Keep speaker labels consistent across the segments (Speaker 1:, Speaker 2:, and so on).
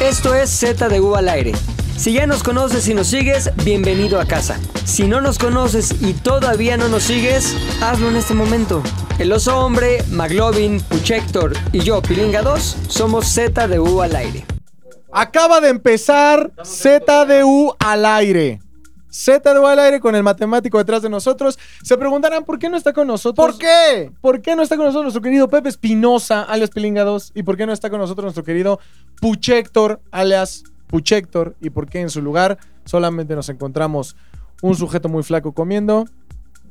Speaker 1: Esto es Z de U al aire. Si ya nos conoces y nos sigues, bienvenido a casa. Si no nos conoces y todavía no nos sigues, hazlo en este momento. El oso hombre, Maglovin, Puchector y yo, Pilinga 2, somos Z de U al aire.
Speaker 2: Acaba de empezar ZDU al aire. ZDU al aire con el matemático detrás de nosotros. Se preguntarán por qué no está con nosotros.
Speaker 3: ¿Por qué?
Speaker 2: ¿Por qué no está con nosotros nuestro querido Pepe Espinosa, alias Pilinga 2? ¿Y por qué no está con nosotros nuestro querido Puchector, alias Puchector? ¿Y por qué en su lugar solamente nos encontramos un sujeto muy flaco comiendo,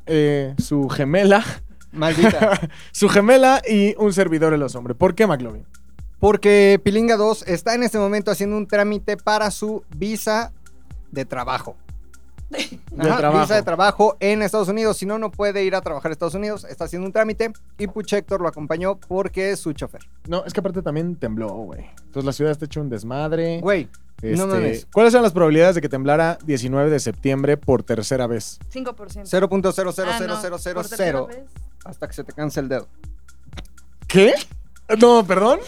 Speaker 2: eh, su gemela,
Speaker 3: Maldita.
Speaker 2: su gemela y un servidor de los hombres? ¿Por qué, McLovin?
Speaker 3: Porque Pilinga 2 está en este momento haciendo un trámite para su visa de trabajo.
Speaker 2: De
Speaker 3: Ajá,
Speaker 2: trabajo.
Speaker 3: Visa de trabajo en Estados Unidos. Si no, no puede ir a trabajar a Estados Unidos. Está haciendo un trámite y Puchector lo acompañó porque es su chofer.
Speaker 2: No, es que aparte también tembló, güey. Entonces la ciudad está hecha un desmadre.
Speaker 3: Güey,
Speaker 2: Este,
Speaker 3: no mames.
Speaker 2: ¿Cuáles eran las probabilidades de que temblara 19 de septiembre por tercera vez?
Speaker 4: 5%. Ah,
Speaker 3: 0.00000 hasta que se te canse el dedo.
Speaker 2: ¿Qué? No, perdón.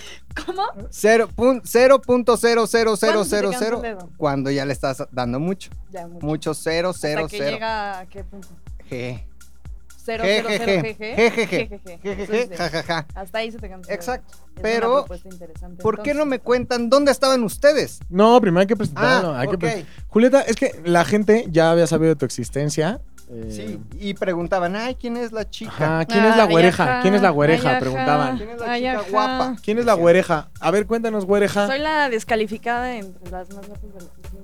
Speaker 4: ¿Cómo?
Speaker 3: Cero pun- 0.00000
Speaker 4: ¿Cuándo se te cansa el dedo?
Speaker 3: cuando ya le estás dando mucho.
Speaker 4: Ya, mucho.
Speaker 3: Mucho cero,
Speaker 4: Hasta
Speaker 3: cero,
Speaker 4: que
Speaker 3: cero.
Speaker 4: llega a qué punto.
Speaker 3: Je.
Speaker 4: Cero,
Speaker 3: Je,
Speaker 4: cero,
Speaker 3: je,
Speaker 4: cero,
Speaker 3: je.
Speaker 4: jeje.
Speaker 3: Je, je, je.
Speaker 4: Jejeje.
Speaker 3: Je, je, je,
Speaker 4: Entonces,
Speaker 3: ja, ja, ja.
Speaker 4: Hasta ahí se te cansa.
Speaker 3: Exacto.
Speaker 4: Es una
Speaker 3: Pero,
Speaker 4: propuesta interesante.
Speaker 3: ¿Por qué no me
Speaker 4: Entonces,
Speaker 3: cuentan dónde estaban ustedes?
Speaker 2: No, primero hay que presentarlo.
Speaker 3: Ah,
Speaker 2: hay que
Speaker 3: ok.
Speaker 2: pre- Julieta, es que la gente ya había sabido de tu existencia. eh,
Speaker 3: Sí, y preguntaban, ay, ¿quién es la chica?
Speaker 2: Ajá, ¿quién es la
Speaker 4: Ah, Ay,
Speaker 2: güereja?
Speaker 4: ajá,
Speaker 2: ¿Quién es la güereja?
Speaker 4: ay, ajá.
Speaker 2: Preguntaban.
Speaker 3: ¿Quién es la
Speaker 4: Ay,
Speaker 3: chica
Speaker 4: ajá.
Speaker 3: guapa?
Speaker 2: ¿Quién es la güereja? A ver, cuéntanos, güereja.
Speaker 4: Soy la descalificada entre las más guapas de la oficina.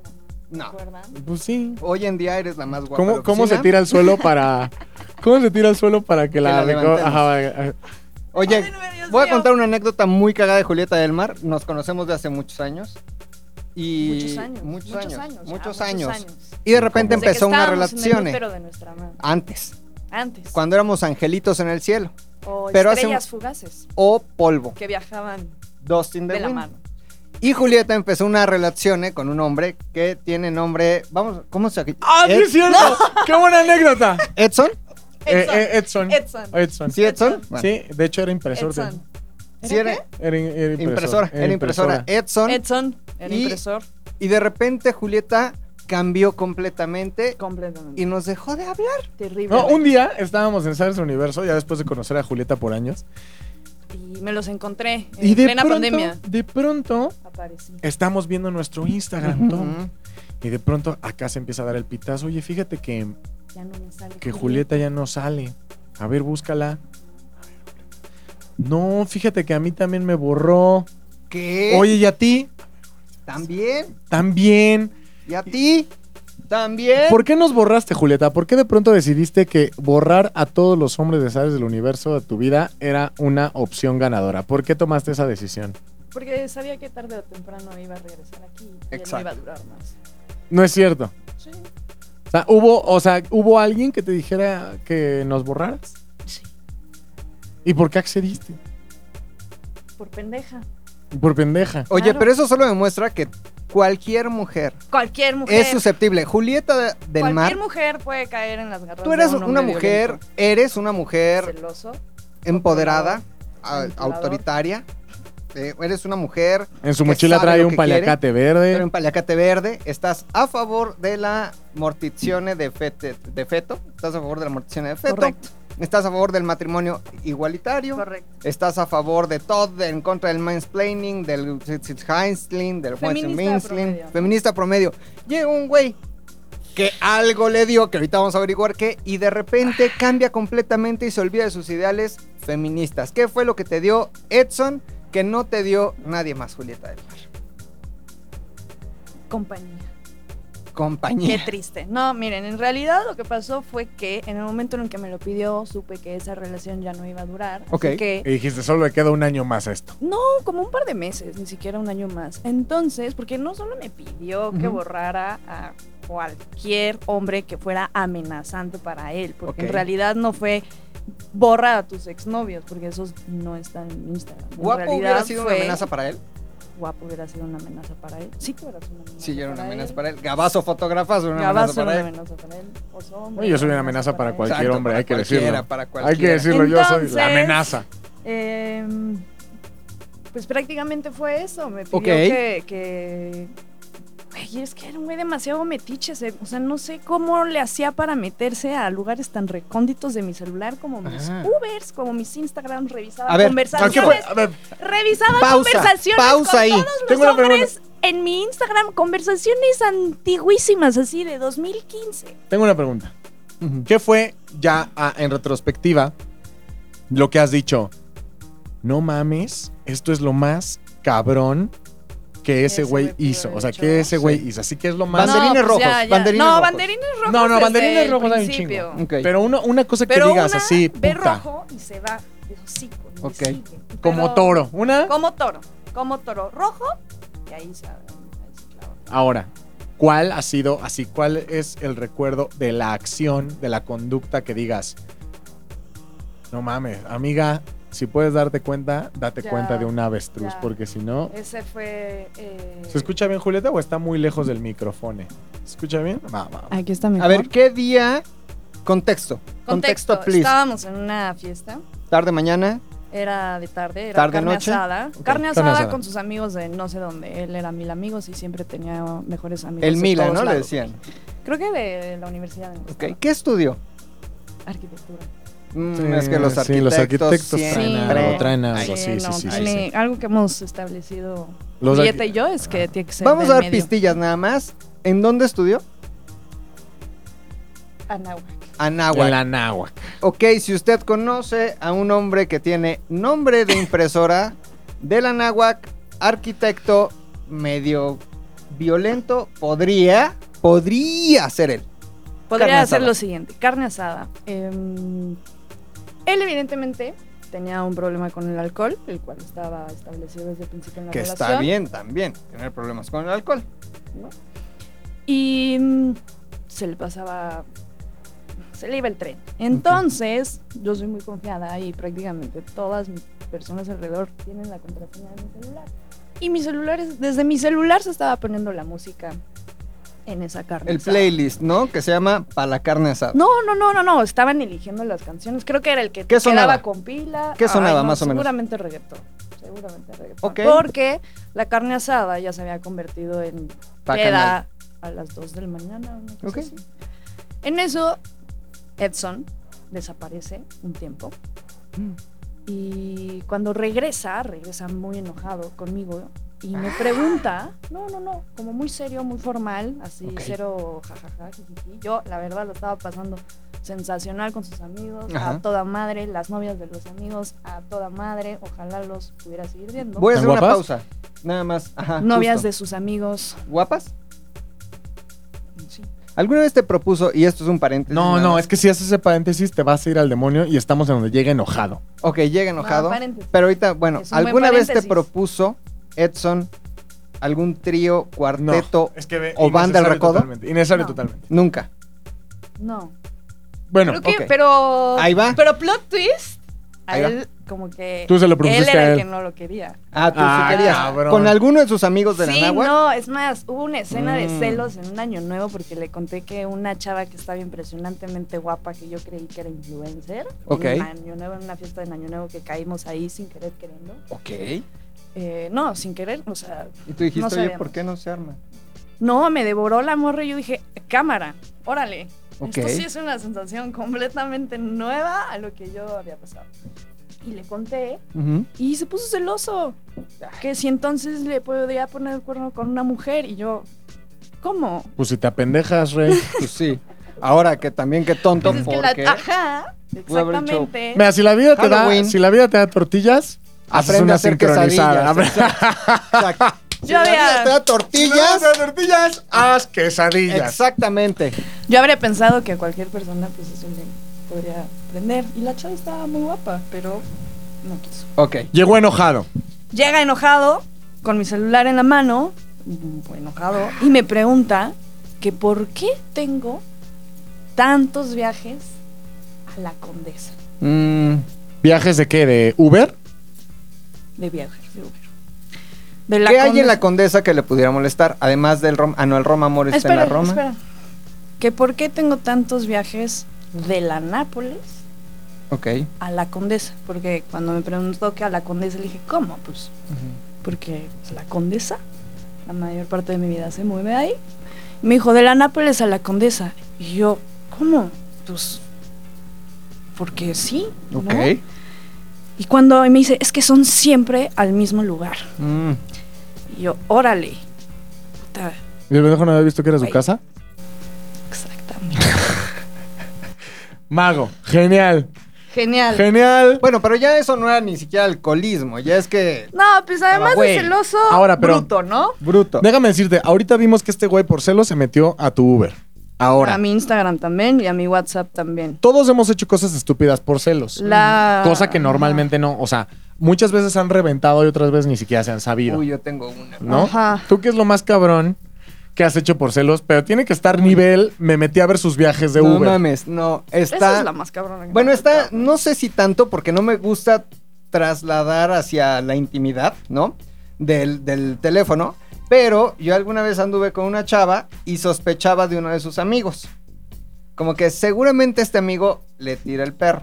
Speaker 4: ¿Se
Speaker 3: No,
Speaker 4: acuerdan?
Speaker 2: Pues sí.
Speaker 3: hoy en día eres la más guapa. de
Speaker 2: ¿Cómo,
Speaker 3: la
Speaker 2: cómo se
Speaker 3: oficina.
Speaker 2: tira al suelo para. ¿Cómo se tira al suelo para que la,
Speaker 3: la
Speaker 2: reco-
Speaker 3: levantemos.
Speaker 2: Ajá,
Speaker 3: Oye,
Speaker 4: Ay, no, Dios
Speaker 3: voy a
Speaker 4: mío.
Speaker 3: contar una anécdota muy cagada de Julieta del Mar. Nos conocemos de hace muchos años. Y
Speaker 4: Muchos años.
Speaker 3: Muchos, años.
Speaker 4: ya,
Speaker 3: muchos años.
Speaker 4: Desde
Speaker 3: Y de repente
Speaker 2: Desde
Speaker 4: que
Speaker 3: empezó una
Speaker 4: estábamos en el
Speaker 3: relación. eh,
Speaker 4: útero de nuestra madre.
Speaker 3: Antes,
Speaker 4: Antes.
Speaker 3: cuando éramos angelitos en el cielo.
Speaker 4: O
Speaker 3: pero hace un-
Speaker 4: estrellas fugaces
Speaker 3: O polvo.
Speaker 4: que viajaban
Speaker 3: Dustin
Speaker 4: de
Speaker 3: the
Speaker 4: la
Speaker 3: Wind.
Speaker 4: mano.
Speaker 3: Y Julieta empezó una relación eh, con un hombre que tiene nombre. Vamos, ¿cómo se
Speaker 2: ¡Ah, sí es cierto! ¡Qué buena anécdota!
Speaker 3: ¿Edson?
Speaker 2: Eh,
Speaker 4: Edson.
Speaker 2: eh, Edson.
Speaker 4: Edson.
Speaker 2: Edson.
Speaker 3: ¿Sí, Edson?
Speaker 4: Edson.
Speaker 3: Bueno,
Speaker 2: Sí, de hecho era impresor. de-
Speaker 4: Edson.
Speaker 3: sí era
Speaker 2: Era, in- era impresor,
Speaker 3: impresora. Era impresora. Edson.
Speaker 4: Edson, el
Speaker 3: Y-
Speaker 4: impresor.
Speaker 3: Y de repente Julieta cambió completamente
Speaker 4: Completamente.
Speaker 3: y nos dejó de hablar.
Speaker 4: Terrible.
Speaker 2: No, un día estábamos en Sabes Universo, ya después de conocer a Julieta por años.
Speaker 4: Y me los encontré en
Speaker 2: Y de
Speaker 4: plena
Speaker 2: pronto,
Speaker 4: pandemia.
Speaker 2: de pronto,
Speaker 4: Aparecí.
Speaker 2: estamos viendo nuestro Instagram, Tom.
Speaker 3: Ujú.
Speaker 2: Y de pronto acá se empieza a dar el pitazo. Oye, fíjate que,
Speaker 4: Ya no me sale.
Speaker 2: que
Speaker 4: Julieta.
Speaker 2: Julieta ya no sale. A ver, búscala. No, fíjate que a mí también me borró.
Speaker 3: ¿Qué?
Speaker 2: Oye, ¿y a ti?
Speaker 3: También.
Speaker 2: También.
Speaker 3: ¿Y a ti? También.
Speaker 2: ¿Por qué nos borraste, Julieta? ¿Por qué de pronto decidiste que borrar a todos los hombres de Sabes del Universo de tu vida era una opción ganadora? ¿Por qué tomaste esa decisión?
Speaker 4: Porque sabía que tarde o temprano iba a regresar aquí. Y ya no
Speaker 3: Exacto.
Speaker 4: iba a durar más.
Speaker 2: No es cierto.
Speaker 4: Sí.
Speaker 2: O sea, hubo, o sea, ¿hubo alguien que te dijera que nos borraras?
Speaker 4: Sí.
Speaker 2: ¿Y por qué accediste?
Speaker 4: Por pendeja.
Speaker 2: Por pendeja.
Speaker 3: Oye,
Speaker 4: Claro.
Speaker 3: pero eso solo demuestra que cualquier mujer,
Speaker 4: Cualquier mujer.
Speaker 3: es susceptible. Julieta de- del
Speaker 4: cualquier
Speaker 3: Mar,
Speaker 4: mujer puede caer en las garras
Speaker 3: tú eres
Speaker 4: de un
Speaker 3: una
Speaker 4: hombre
Speaker 3: mujer,
Speaker 4: violento,
Speaker 3: eres una mujer
Speaker 4: celoso.
Speaker 3: empoderada, a-
Speaker 4: Manipulador.
Speaker 3: autoritaria. eh, eres una mujer,
Speaker 2: En su
Speaker 3: que
Speaker 2: mochila
Speaker 3: sabe
Speaker 2: trae
Speaker 3: lo
Speaker 2: un
Speaker 3: que quiere,
Speaker 2: paliacate
Speaker 3: pero en
Speaker 2: verde.
Speaker 3: paliacate verde. Estás a favor de la mortizione de, fete- de feto. Estás a favor de la mortizione de feto.
Speaker 4: Correcto.
Speaker 3: Estás a favor del matrimonio igualitario.
Speaker 4: Correcto.
Speaker 3: Estás a favor de todo, en contra del mansplaining, del Heinzlin, del
Speaker 4: Feminista
Speaker 3: Weizenminzlin,
Speaker 4: promedio.
Speaker 3: feminista promedio. Llega un güey que algo le dio, que ahorita vamos a averiguar qué, y de repente cambia completamente y se olvida de sus ideales feministas. ¿Qué fue lo que te dio Edson que no te dio nadie más, Julieta del Mar?
Speaker 4: Compañía. Qué
Speaker 3: Compañía.
Speaker 4: triste. No, miren, en realidad lo que pasó fue que en el momento en el que me lo pidió, supe que esa relación ya no iba a durar. así
Speaker 3: Ok.
Speaker 4: que
Speaker 2: Y dijiste, solo le queda un año más a esto.
Speaker 4: No, como un par de meses, ni siquiera un año más. Entonces, porque no solo me pidió que
Speaker 3: Ujú.
Speaker 4: borrara a cualquier hombre que fuera amenazante para él, porque
Speaker 3: Ok.
Speaker 4: en realidad no fue borra a tus exnovios, porque esos no están en Instagram. En
Speaker 3: Guapo hubiera
Speaker 4: realidad
Speaker 3: sido
Speaker 4: fue-
Speaker 3: una amenaza para él.
Speaker 4: Guapo hubiera sido una amenaza para él. Sí, que hubiera sido una amenaza.
Speaker 3: Sí, yo era una
Speaker 4: para
Speaker 3: amenaza
Speaker 4: él.
Speaker 3: para él. Gabazo fotografas, una
Speaker 4: Gabazo
Speaker 3: amenaza
Speaker 4: era
Speaker 3: para
Speaker 4: una
Speaker 3: él.
Speaker 4: amenaza para él. Oso hombre
Speaker 2: Oye, yo soy
Speaker 4: era
Speaker 2: una amenaza para
Speaker 4: él.
Speaker 2: Cualquier hombre, hay que
Speaker 3: para cualquiera,
Speaker 2: decirlo.
Speaker 3: Para
Speaker 2: Hay que
Speaker 3: cualquiera.
Speaker 2: decirlo, yo soy la
Speaker 4: Entonces-
Speaker 2: amenaza.
Speaker 4: Em, pues prácticamente fue eso. Me pidió
Speaker 3: Ok.
Speaker 4: que. que- Güey, es que era un güey demasiado metiche. se- O sea, no sé cómo le hacía para meterse a lugares tan recónditos de mi celular como mis
Speaker 3: Ajá.
Speaker 4: Ubers, como mis Instagram. Revisaba
Speaker 3: A ver,
Speaker 2: ¿A qué fue?
Speaker 4: conversaciones.
Speaker 2: A ver,
Speaker 4: Revisaba
Speaker 3: Pausa,
Speaker 4: conversaciones.
Speaker 3: pausa
Speaker 4: con
Speaker 3: ahí.
Speaker 4: Todos los
Speaker 2: Tengo una pregunta.
Speaker 4: hombres en mi Instagram, conversaciones antiguísimas, así de 2015.
Speaker 2: tengo una pregunta. ¿Qué fue ya ah, en retrospectiva lo que has dicho? No mames, esto es lo más cabrón que ese
Speaker 4: Ese
Speaker 2: güey
Speaker 4: güey pudo
Speaker 2: hizo.
Speaker 4: haber
Speaker 2: O sea,
Speaker 4: hecho.
Speaker 2: que ese güey
Speaker 3: Sí.
Speaker 2: hizo. Así que es lo más.
Speaker 3: Banderines
Speaker 4: No, pues
Speaker 3: rojos,
Speaker 4: ya, ya.
Speaker 3: banderines
Speaker 4: No,
Speaker 3: rojos.
Speaker 4: banderines rojos.
Speaker 2: No, no,
Speaker 4: desde
Speaker 2: banderines
Speaker 4: el
Speaker 2: rojos hay un
Speaker 4: principio.
Speaker 3: Ok.
Speaker 2: Pero una, una cosa que
Speaker 4: Pero
Speaker 2: digas
Speaker 4: una
Speaker 2: así,
Speaker 4: ve
Speaker 2: puta,
Speaker 4: rojo y se va de hocico. y le
Speaker 3: Ok.
Speaker 4: sigue.
Speaker 2: como
Speaker 4: Pero-
Speaker 2: toro. Una.
Speaker 4: Como toro. Como toro rojo y ahí se abre, ahí se clava.
Speaker 2: Ahora, ¿cuál ha sido así? ¿Cuál es el recuerdo de la acción, de la conducta que digas? No mames, amiga, si puedes darte cuenta, date
Speaker 4: Ya,
Speaker 2: cuenta de un avestruz,
Speaker 4: ya.
Speaker 2: porque si no.
Speaker 4: Ese fue. eh,
Speaker 2: ¿Se escucha bien, Julieta, o está muy lejos del micrófono? ¿Se escucha bien? Va, va, va.
Speaker 4: Aquí está mi
Speaker 3: A ver, ¿qué día? Contexto. Contexto, please.
Speaker 4: Estábamos en una fiesta.
Speaker 3: Tarde, mañana.
Speaker 4: Era de tarde, era
Speaker 3: ¿Tarde,
Speaker 4: carne
Speaker 3: noche?
Speaker 4: asada.
Speaker 3: Ok,
Speaker 4: Carne
Speaker 2: carne
Speaker 4: asada.
Speaker 2: asada.
Speaker 4: con sus amigos de no sé dónde. Él era mil amigos y siempre tenía mejores amigos.
Speaker 3: El
Speaker 4: de
Speaker 3: Mila,
Speaker 4: todos
Speaker 3: ¿no? Le
Speaker 4: lados.
Speaker 3: decían.
Speaker 4: Creo que de la universidad. donde
Speaker 3: Ok,
Speaker 4: estaba.
Speaker 3: ¿Qué estudió?
Speaker 4: Arquitectura.
Speaker 3: Mm,
Speaker 2: Sí,
Speaker 3: es que los arquitectos,
Speaker 2: sí, los arquitectos
Speaker 3: siempre-
Speaker 2: traen algo, traen algo, sí, sí,
Speaker 4: Eh, no,
Speaker 2: sí, sí,
Speaker 4: tiene
Speaker 2: sí.
Speaker 4: Algo que hemos establecido
Speaker 2: Los de-
Speaker 4: Julieta y yo es que tiene que ser
Speaker 3: Vamos
Speaker 4: del
Speaker 3: a dar
Speaker 4: medio.
Speaker 3: pistillas nada más. ¿En dónde estudió?
Speaker 4: Anáhuac.
Speaker 3: Anáhuac.
Speaker 2: En la náhuac.
Speaker 3: Ok, si usted conoce a un hombre que tiene nombre de impresora del Anáhuac, arquitecto medio violento, podría, podría ser él.
Speaker 4: Podría
Speaker 3: Carne
Speaker 4: hacer
Speaker 3: asada.
Speaker 4: lo siguiente, carne asada. Em, él evidentemente tenía un problema con el alcohol, el cual estaba establecido desde el principio en la
Speaker 3: Que
Speaker 4: relación.
Speaker 3: está bien también tener problemas con el alcohol.
Speaker 4: Y mm, se le pasaba, se le iba el tren. Entonces, yo soy muy confiada y prácticamente todas mis personas alrededor tienen la contraseña de mi celular. Y mi celular, es- desde mi celular se estaba poniendo la música en esa carne
Speaker 3: El
Speaker 4: asada.
Speaker 3: playlist, ¿no? Que se llama Pa' la carne asada.
Speaker 4: No, no, no, no, no. Estaban eligiendo las canciones. Creo que era el que
Speaker 3: ¿Qué
Speaker 4: te
Speaker 3: sonaba?
Speaker 4: quedaba con pila.
Speaker 3: ¿Qué sonaba,
Speaker 4: no,
Speaker 3: más o menos?
Speaker 4: Seguramente reggaetón. Seguramente reggaetón.
Speaker 3: Ok.
Speaker 4: Porque la carne asada ya se había convertido en
Speaker 3: Bacanal.
Speaker 4: queda a las 2 de la mañana. una cosa
Speaker 3: Ok.
Speaker 4: así. En eso, Edson desaparece un tiempo. Y cuando regresa, regresa muy enojado conmigo y
Speaker 3: Ah.
Speaker 4: me pregunta, no, no, no, como muy serio, muy formal, así
Speaker 3: Ok.
Speaker 4: cero jajaja, jijiji. Yo, la verdad, lo estaba pasando sensacional con sus amigos,
Speaker 3: Ajá.
Speaker 4: a toda madre, las novias de los amigos, a toda madre, ojalá los pudiera seguir viendo.
Speaker 3: Voy a hacer
Speaker 2: ¿Están
Speaker 3: una
Speaker 2: guapas?
Speaker 3: pausa. Nada más. Ajá,
Speaker 4: Novias
Speaker 3: justo.
Speaker 4: de sus amigos.
Speaker 3: ¿Guapas?
Speaker 4: Sí.
Speaker 3: ¿Alguna vez te propuso, y esto es un paréntesis?
Speaker 2: No,
Speaker 3: nada
Speaker 2: no,
Speaker 3: más.
Speaker 2: es que si haces ese paréntesis te vas a ir al demonio y estamos en donde llega enojado.
Speaker 3: Ok, llega enojado.
Speaker 4: No, paréntesis.
Speaker 3: Pero ahorita, bueno,
Speaker 4: Es un buen
Speaker 3: ¿alguna vez te
Speaker 4: paréntesis.
Speaker 3: propuso Edson algún trío, cuarteto?
Speaker 2: es que ve-
Speaker 3: o van del
Speaker 2: innecesario
Speaker 3: recodo.
Speaker 2: Totalmente, innecesario
Speaker 4: No.
Speaker 2: totalmente.
Speaker 3: Nunca.
Speaker 4: No.
Speaker 2: Bueno,
Speaker 4: Creo que,
Speaker 3: ok.
Speaker 4: pero.
Speaker 3: Ahí va.
Speaker 4: Pero plot twist. A
Speaker 3: Ahí va.
Speaker 4: él, como que.
Speaker 2: Tú se lo
Speaker 4: él
Speaker 2: propusiste
Speaker 4: era
Speaker 2: a
Speaker 4: el
Speaker 2: él.
Speaker 4: que no lo quería.
Speaker 3: Ah, tú
Speaker 2: Ah,
Speaker 3: sí querías.
Speaker 2: cabrón.
Speaker 3: ¿Con alguno de sus amigos de la
Speaker 4: Sí,
Speaker 3: náhuatl?
Speaker 4: no, es más, hubo una escena de
Speaker 3: Mm.
Speaker 4: celos en un año nuevo porque le conté que una chava que estaba impresionantemente guapa, que yo creí que era influencer,
Speaker 3: Ok.
Speaker 4: en un año nuevo, en una fiesta de año nuevo que caímos ahí sin querer queriendo.
Speaker 3: Ok.
Speaker 4: Eh, no, sin querer, o sea,
Speaker 3: Y tú dijiste,
Speaker 4: No
Speaker 3: oye,
Speaker 4: sabíamos.
Speaker 3: ¿por qué no se arma?
Speaker 4: no, me devoró la morra y yo dije, cámara, órale.
Speaker 3: Ok.
Speaker 4: Esto sí es una sensación completamente nueva a lo que yo había pasado. Y le conté
Speaker 3: Ujú.
Speaker 4: Y se puso celoso. Que si entonces le podría poner el cuerno con una mujer. Y yo, ¿cómo?
Speaker 2: pues si te apendejas, rey.
Speaker 3: Pues sí. Ahora que también, qué tonto,
Speaker 4: Pues es que la-
Speaker 3: porque
Speaker 4: Ajá,
Speaker 3: Pude haber hecho-
Speaker 4: exactamente.
Speaker 2: Mira, si la vida te
Speaker 3: Halloween.
Speaker 2: da, si la vida te da tortillas, haces
Speaker 3: Aprende a
Speaker 2: una
Speaker 3: hacer
Speaker 2: sincronizada.
Speaker 3: quesadillas, Exacto. Si la
Speaker 4: había-
Speaker 3: vida te da tortillas.
Speaker 2: tortillas, haz quesadillas.
Speaker 3: Exactamente.
Speaker 4: Yo habría pensado que cualquier persona, pues eso le podría aprender. Y la chava estaba muy guapa, pero no quiso.
Speaker 3: Ok.
Speaker 2: Llegó enojado.
Speaker 4: Llega enojado, con mi celular en la mano, mm, enojado, y me pregunta que por qué tengo tantos viajes a la condesa
Speaker 3: Mm,
Speaker 2: ¿Viajes de qué? ¿De Uber?
Speaker 4: de viajes de Uber. De la
Speaker 3: ¿Qué hay en
Speaker 4: Condesa.
Speaker 3: la condesa que le pudiera molestar? Además del Rom. Ah, no, el Roma Amor está
Speaker 4: espera,
Speaker 3: en la Roma.
Speaker 4: espera. ¿Que por qué tengo tantos viajes de la Nápoles
Speaker 3: Ok.
Speaker 4: a la condesa, porque cuando me preguntó que a la condesa, le dije, ¿cómo? Pues porque pues, la condesa, la mayor parte de mi vida se mueve ahí. Y me dijo, de la Nápoles a la condesa. Y yo, ¿cómo? Pues porque sí. ¿no?
Speaker 3: Ok.
Speaker 4: Y cuando y me dice, es que son siempre al mismo lugar.
Speaker 3: Mm.
Speaker 4: Y yo, órale. Puta,
Speaker 2: ¿Y el pendejo no había visto que era su
Speaker 4: Ay.
Speaker 2: casa?
Speaker 4: exactamente.
Speaker 2: Mago. Genial.
Speaker 4: Genial.
Speaker 2: Genial.
Speaker 3: Bueno, pero ya eso no era ni siquiera alcoholismo, ya es que
Speaker 4: no, pues además
Speaker 3: güey.
Speaker 4: de celoso,
Speaker 2: Ahora, pero-
Speaker 4: bruto, ¿no?
Speaker 3: bruto.
Speaker 2: Déjame decirte, ahorita vimos que este güey por celo se metió a tu Uber.
Speaker 3: Ahora.
Speaker 4: A mi Instagram también y a mi WhatsApp también.
Speaker 2: Todos hemos hecho cosas estúpidas por celos.
Speaker 4: La...
Speaker 2: Cosa que normalmente no. O sea, muchas veces han reventado y otras veces ni siquiera se han sabido.
Speaker 3: Uy, yo tengo una.
Speaker 2: ¿No?
Speaker 4: Ajá.
Speaker 2: ¿Tú qué es lo más cabrón que has hecho por celos? Pero tiene que estar nivel. Me metí a ver sus viajes de
Speaker 3: no
Speaker 2: Uber.
Speaker 3: mames, no. Está.
Speaker 4: Esa es la más cabrona. que
Speaker 3: Bueno,
Speaker 4: me ha
Speaker 3: está,
Speaker 4: tocado.
Speaker 3: no sé si tanto porque no me gusta trasladar hacia la intimidad, ¿no? Del, del teléfono. Pero yo alguna vez anduve con una chava y sospechaba de uno de sus amigos. Como que seguramente este amigo le tira el perro.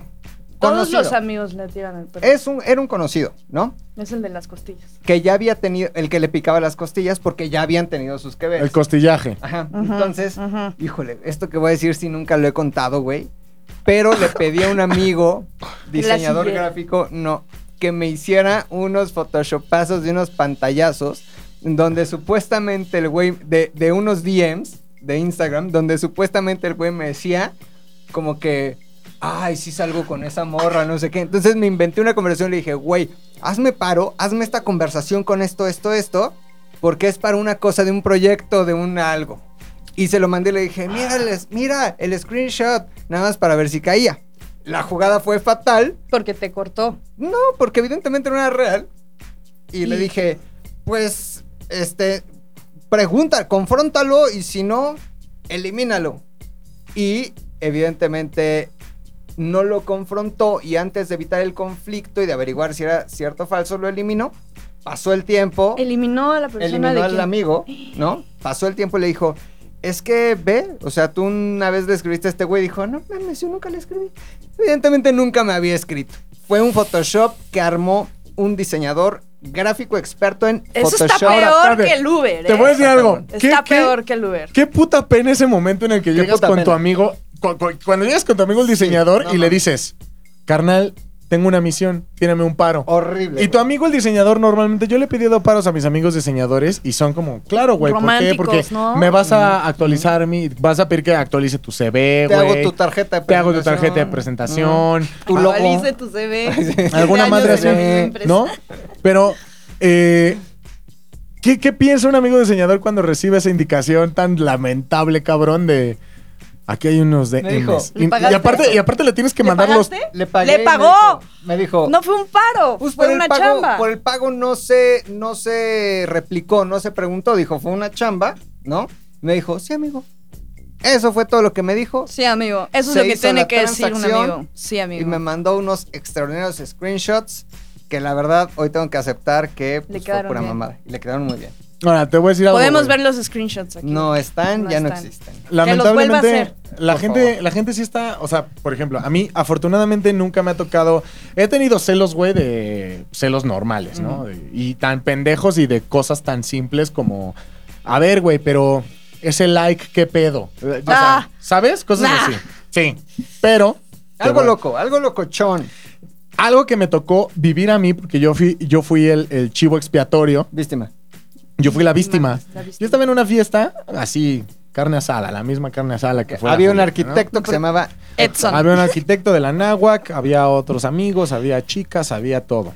Speaker 4: Todos los
Speaker 3: Conocido.
Speaker 4: amigos le tiran el perro. Es,
Speaker 3: es un, era un conocido, ¿no?
Speaker 4: el de las costillas.
Speaker 3: Que ya había tenido, el que le picaba las costillas porque ya habían tenido sus que
Speaker 2: El costillaje.
Speaker 3: Ajá.
Speaker 4: Ujú,
Speaker 3: Entonces,
Speaker 4: ujú.
Speaker 3: Híjole, esto que voy a decir si nunca lo he contado, güey. Pero le pedí a un amigo, diseñador
Speaker 4: siguiera.
Speaker 3: gráfico, no, que me hiciera unos photoshopazos de unos pantallazos donde supuestamente el güey, de, de unos DMs de Instagram, donde supuestamente el güey me decía como que, ay, sí salgo con esa morra, no sé qué. Entonces me inventé una conversación y le dije, güey, hazme paro, hazme esta conversación con esto, esto, esto, porque es para una cosa de un proyecto, de un algo. Y se lo mandé y le dije, mira el, es- mira el screenshot, nada más para ver si caía. La jugada fue fatal,
Speaker 4: Porque te cortó.
Speaker 3: no, porque evidentemente no era real. Y le
Speaker 4: Y-
Speaker 3: dije, pues, este, pregunta, confróntalo y si no, elimínalo. Y evidentemente no lo confrontó y antes de evitar el conflicto y de averiguar si era cierto o falso, lo eliminó. Pasó el tiempo
Speaker 4: Eliminó a la persona Pues de
Speaker 3: eliminó al
Speaker 4: quien-
Speaker 3: amigo, ¿no? Pasó el tiempo y le dijo, es que ve, o sea, tú una vez le escribiste a este güey, dijo, no mames, yo nunca le escribí. Evidentemente nunca me había escrito. Fue un Photoshop que armó un diseñador gráfico experto en
Speaker 4: Eso
Speaker 3: Photoshop.
Speaker 4: está
Speaker 2: Ahora,
Speaker 4: peor
Speaker 2: tarde.
Speaker 4: que el Uber.
Speaker 2: Te
Speaker 4: ¿eh?
Speaker 2: voy a decir algo. ¿Qué-
Speaker 4: Está
Speaker 2: qué-
Speaker 4: peor que el Uber.
Speaker 2: Qué puta pena ese momento en el que llegas
Speaker 3: puta
Speaker 2: con
Speaker 3: pena.
Speaker 2: tu amigo, cu- cu- cuando llegas con tu amigo el diseñador
Speaker 3: no
Speaker 2: y le
Speaker 3: mames.
Speaker 2: dices, carnal, tengo una misión, tírame un paro.
Speaker 3: Horrible.
Speaker 2: Y tu
Speaker 3: güey.
Speaker 2: amigo el diseñador, normalmente yo le he pedido paros a mis amigos diseñadores y son como, claro, güey, ¿por qué?
Speaker 4: Románticos,
Speaker 2: Porque
Speaker 4: ¿no?
Speaker 2: me vas a actualizar mi, vas a pedir que actualice tu CV,
Speaker 3: te hago
Speaker 2: güey.
Speaker 3: tu tarjeta de
Speaker 2: Te hago tu tarjeta de
Speaker 3: Mm.
Speaker 2: presentación.
Speaker 3: Tu logo.
Speaker 4: Actualice tu CV. Veinte
Speaker 2: Alguna
Speaker 4: años
Speaker 2: madre
Speaker 4: en la misma
Speaker 2: así,
Speaker 4: empresa.
Speaker 2: ¿no? Pero, eh, ¿qué, qué piensa un amigo diseñador cuando recibe esa indicación tan lamentable, cabrón, de aquí hay unos de
Speaker 3: Me dijo,
Speaker 2: M's"?
Speaker 4: ¿le
Speaker 2: Y, y
Speaker 4: pagaste?
Speaker 2: aparte, y aparte le tienes que
Speaker 4: ¿Le
Speaker 2: mandar los...
Speaker 4: pagaste?
Speaker 3: Mm. Le pagué. y
Speaker 4: ¡Le
Speaker 3: me
Speaker 4: pagó!
Speaker 3: dijo- Me dijo,
Speaker 4: No fue un paro,
Speaker 3: Pues
Speaker 4: fue
Speaker 3: por
Speaker 4: una
Speaker 3: el pago,
Speaker 4: chamba.
Speaker 3: Por el pago no se, no se replicó, no se preguntó, dijo, fue una chamba, ¿no? Me dijo, sí, amigo. Eso fue todo lo que me dijo.
Speaker 4: Sí, amigo. Eso es
Speaker 3: Se
Speaker 4: lo que
Speaker 3: hizo la
Speaker 4: tiene que decir un
Speaker 3: transacción
Speaker 4: amigo. Sí,
Speaker 3: Y
Speaker 4: amigo.
Speaker 3: me mandó unos extraordinarios screenshots que la verdad hoy tengo que aceptar que pues, fue
Speaker 4: quedaron
Speaker 3: pura
Speaker 4: bien.
Speaker 3: mamada. Y le quedaron muy bien.
Speaker 2: Ahora, te voy a decir algo.
Speaker 4: Podemos
Speaker 2: güey.
Speaker 4: ver los screenshots Pues aquí.
Speaker 3: No están,
Speaker 4: No
Speaker 3: ya no
Speaker 4: están.
Speaker 3: existen.
Speaker 4: vuelva a
Speaker 2: Lamentablemente,
Speaker 4: hacer.
Speaker 2: la
Speaker 3: Por
Speaker 2: gente,
Speaker 3: favor.
Speaker 2: la gente sí está, o sea, por ejemplo, a mí afortunadamente nunca me ha tocado, he tenido celos, güey, de celos normales, ¿no? De- Y tan pendejos y de cosas tan simples como, a ver, güey, pero ese like, ¿qué pedo? Eh, o sea,
Speaker 4: Ah.
Speaker 2: ¿Sabes? Cosas
Speaker 4: Ah.
Speaker 2: así. Sí, pero... te
Speaker 3: Algo
Speaker 2: voy-
Speaker 3: loco, algo locochón.
Speaker 2: Algo que me tocó vivir a mí, porque yo fui, yo fui el, el chivo expiatorio,
Speaker 3: Víctima.
Speaker 2: yo fui la víctima.
Speaker 4: La víctima.
Speaker 2: Yo estaba en una fiesta así, carne asada, la misma carne asada
Speaker 4: Eh,
Speaker 2: que fue. la
Speaker 3: Había un
Speaker 2: Julieta, ¿no?
Speaker 3: arquitecto que se llamaba
Speaker 4: Edson.
Speaker 2: Había un arquitecto de la náhuac, había otros amigos, había chicas, había todo.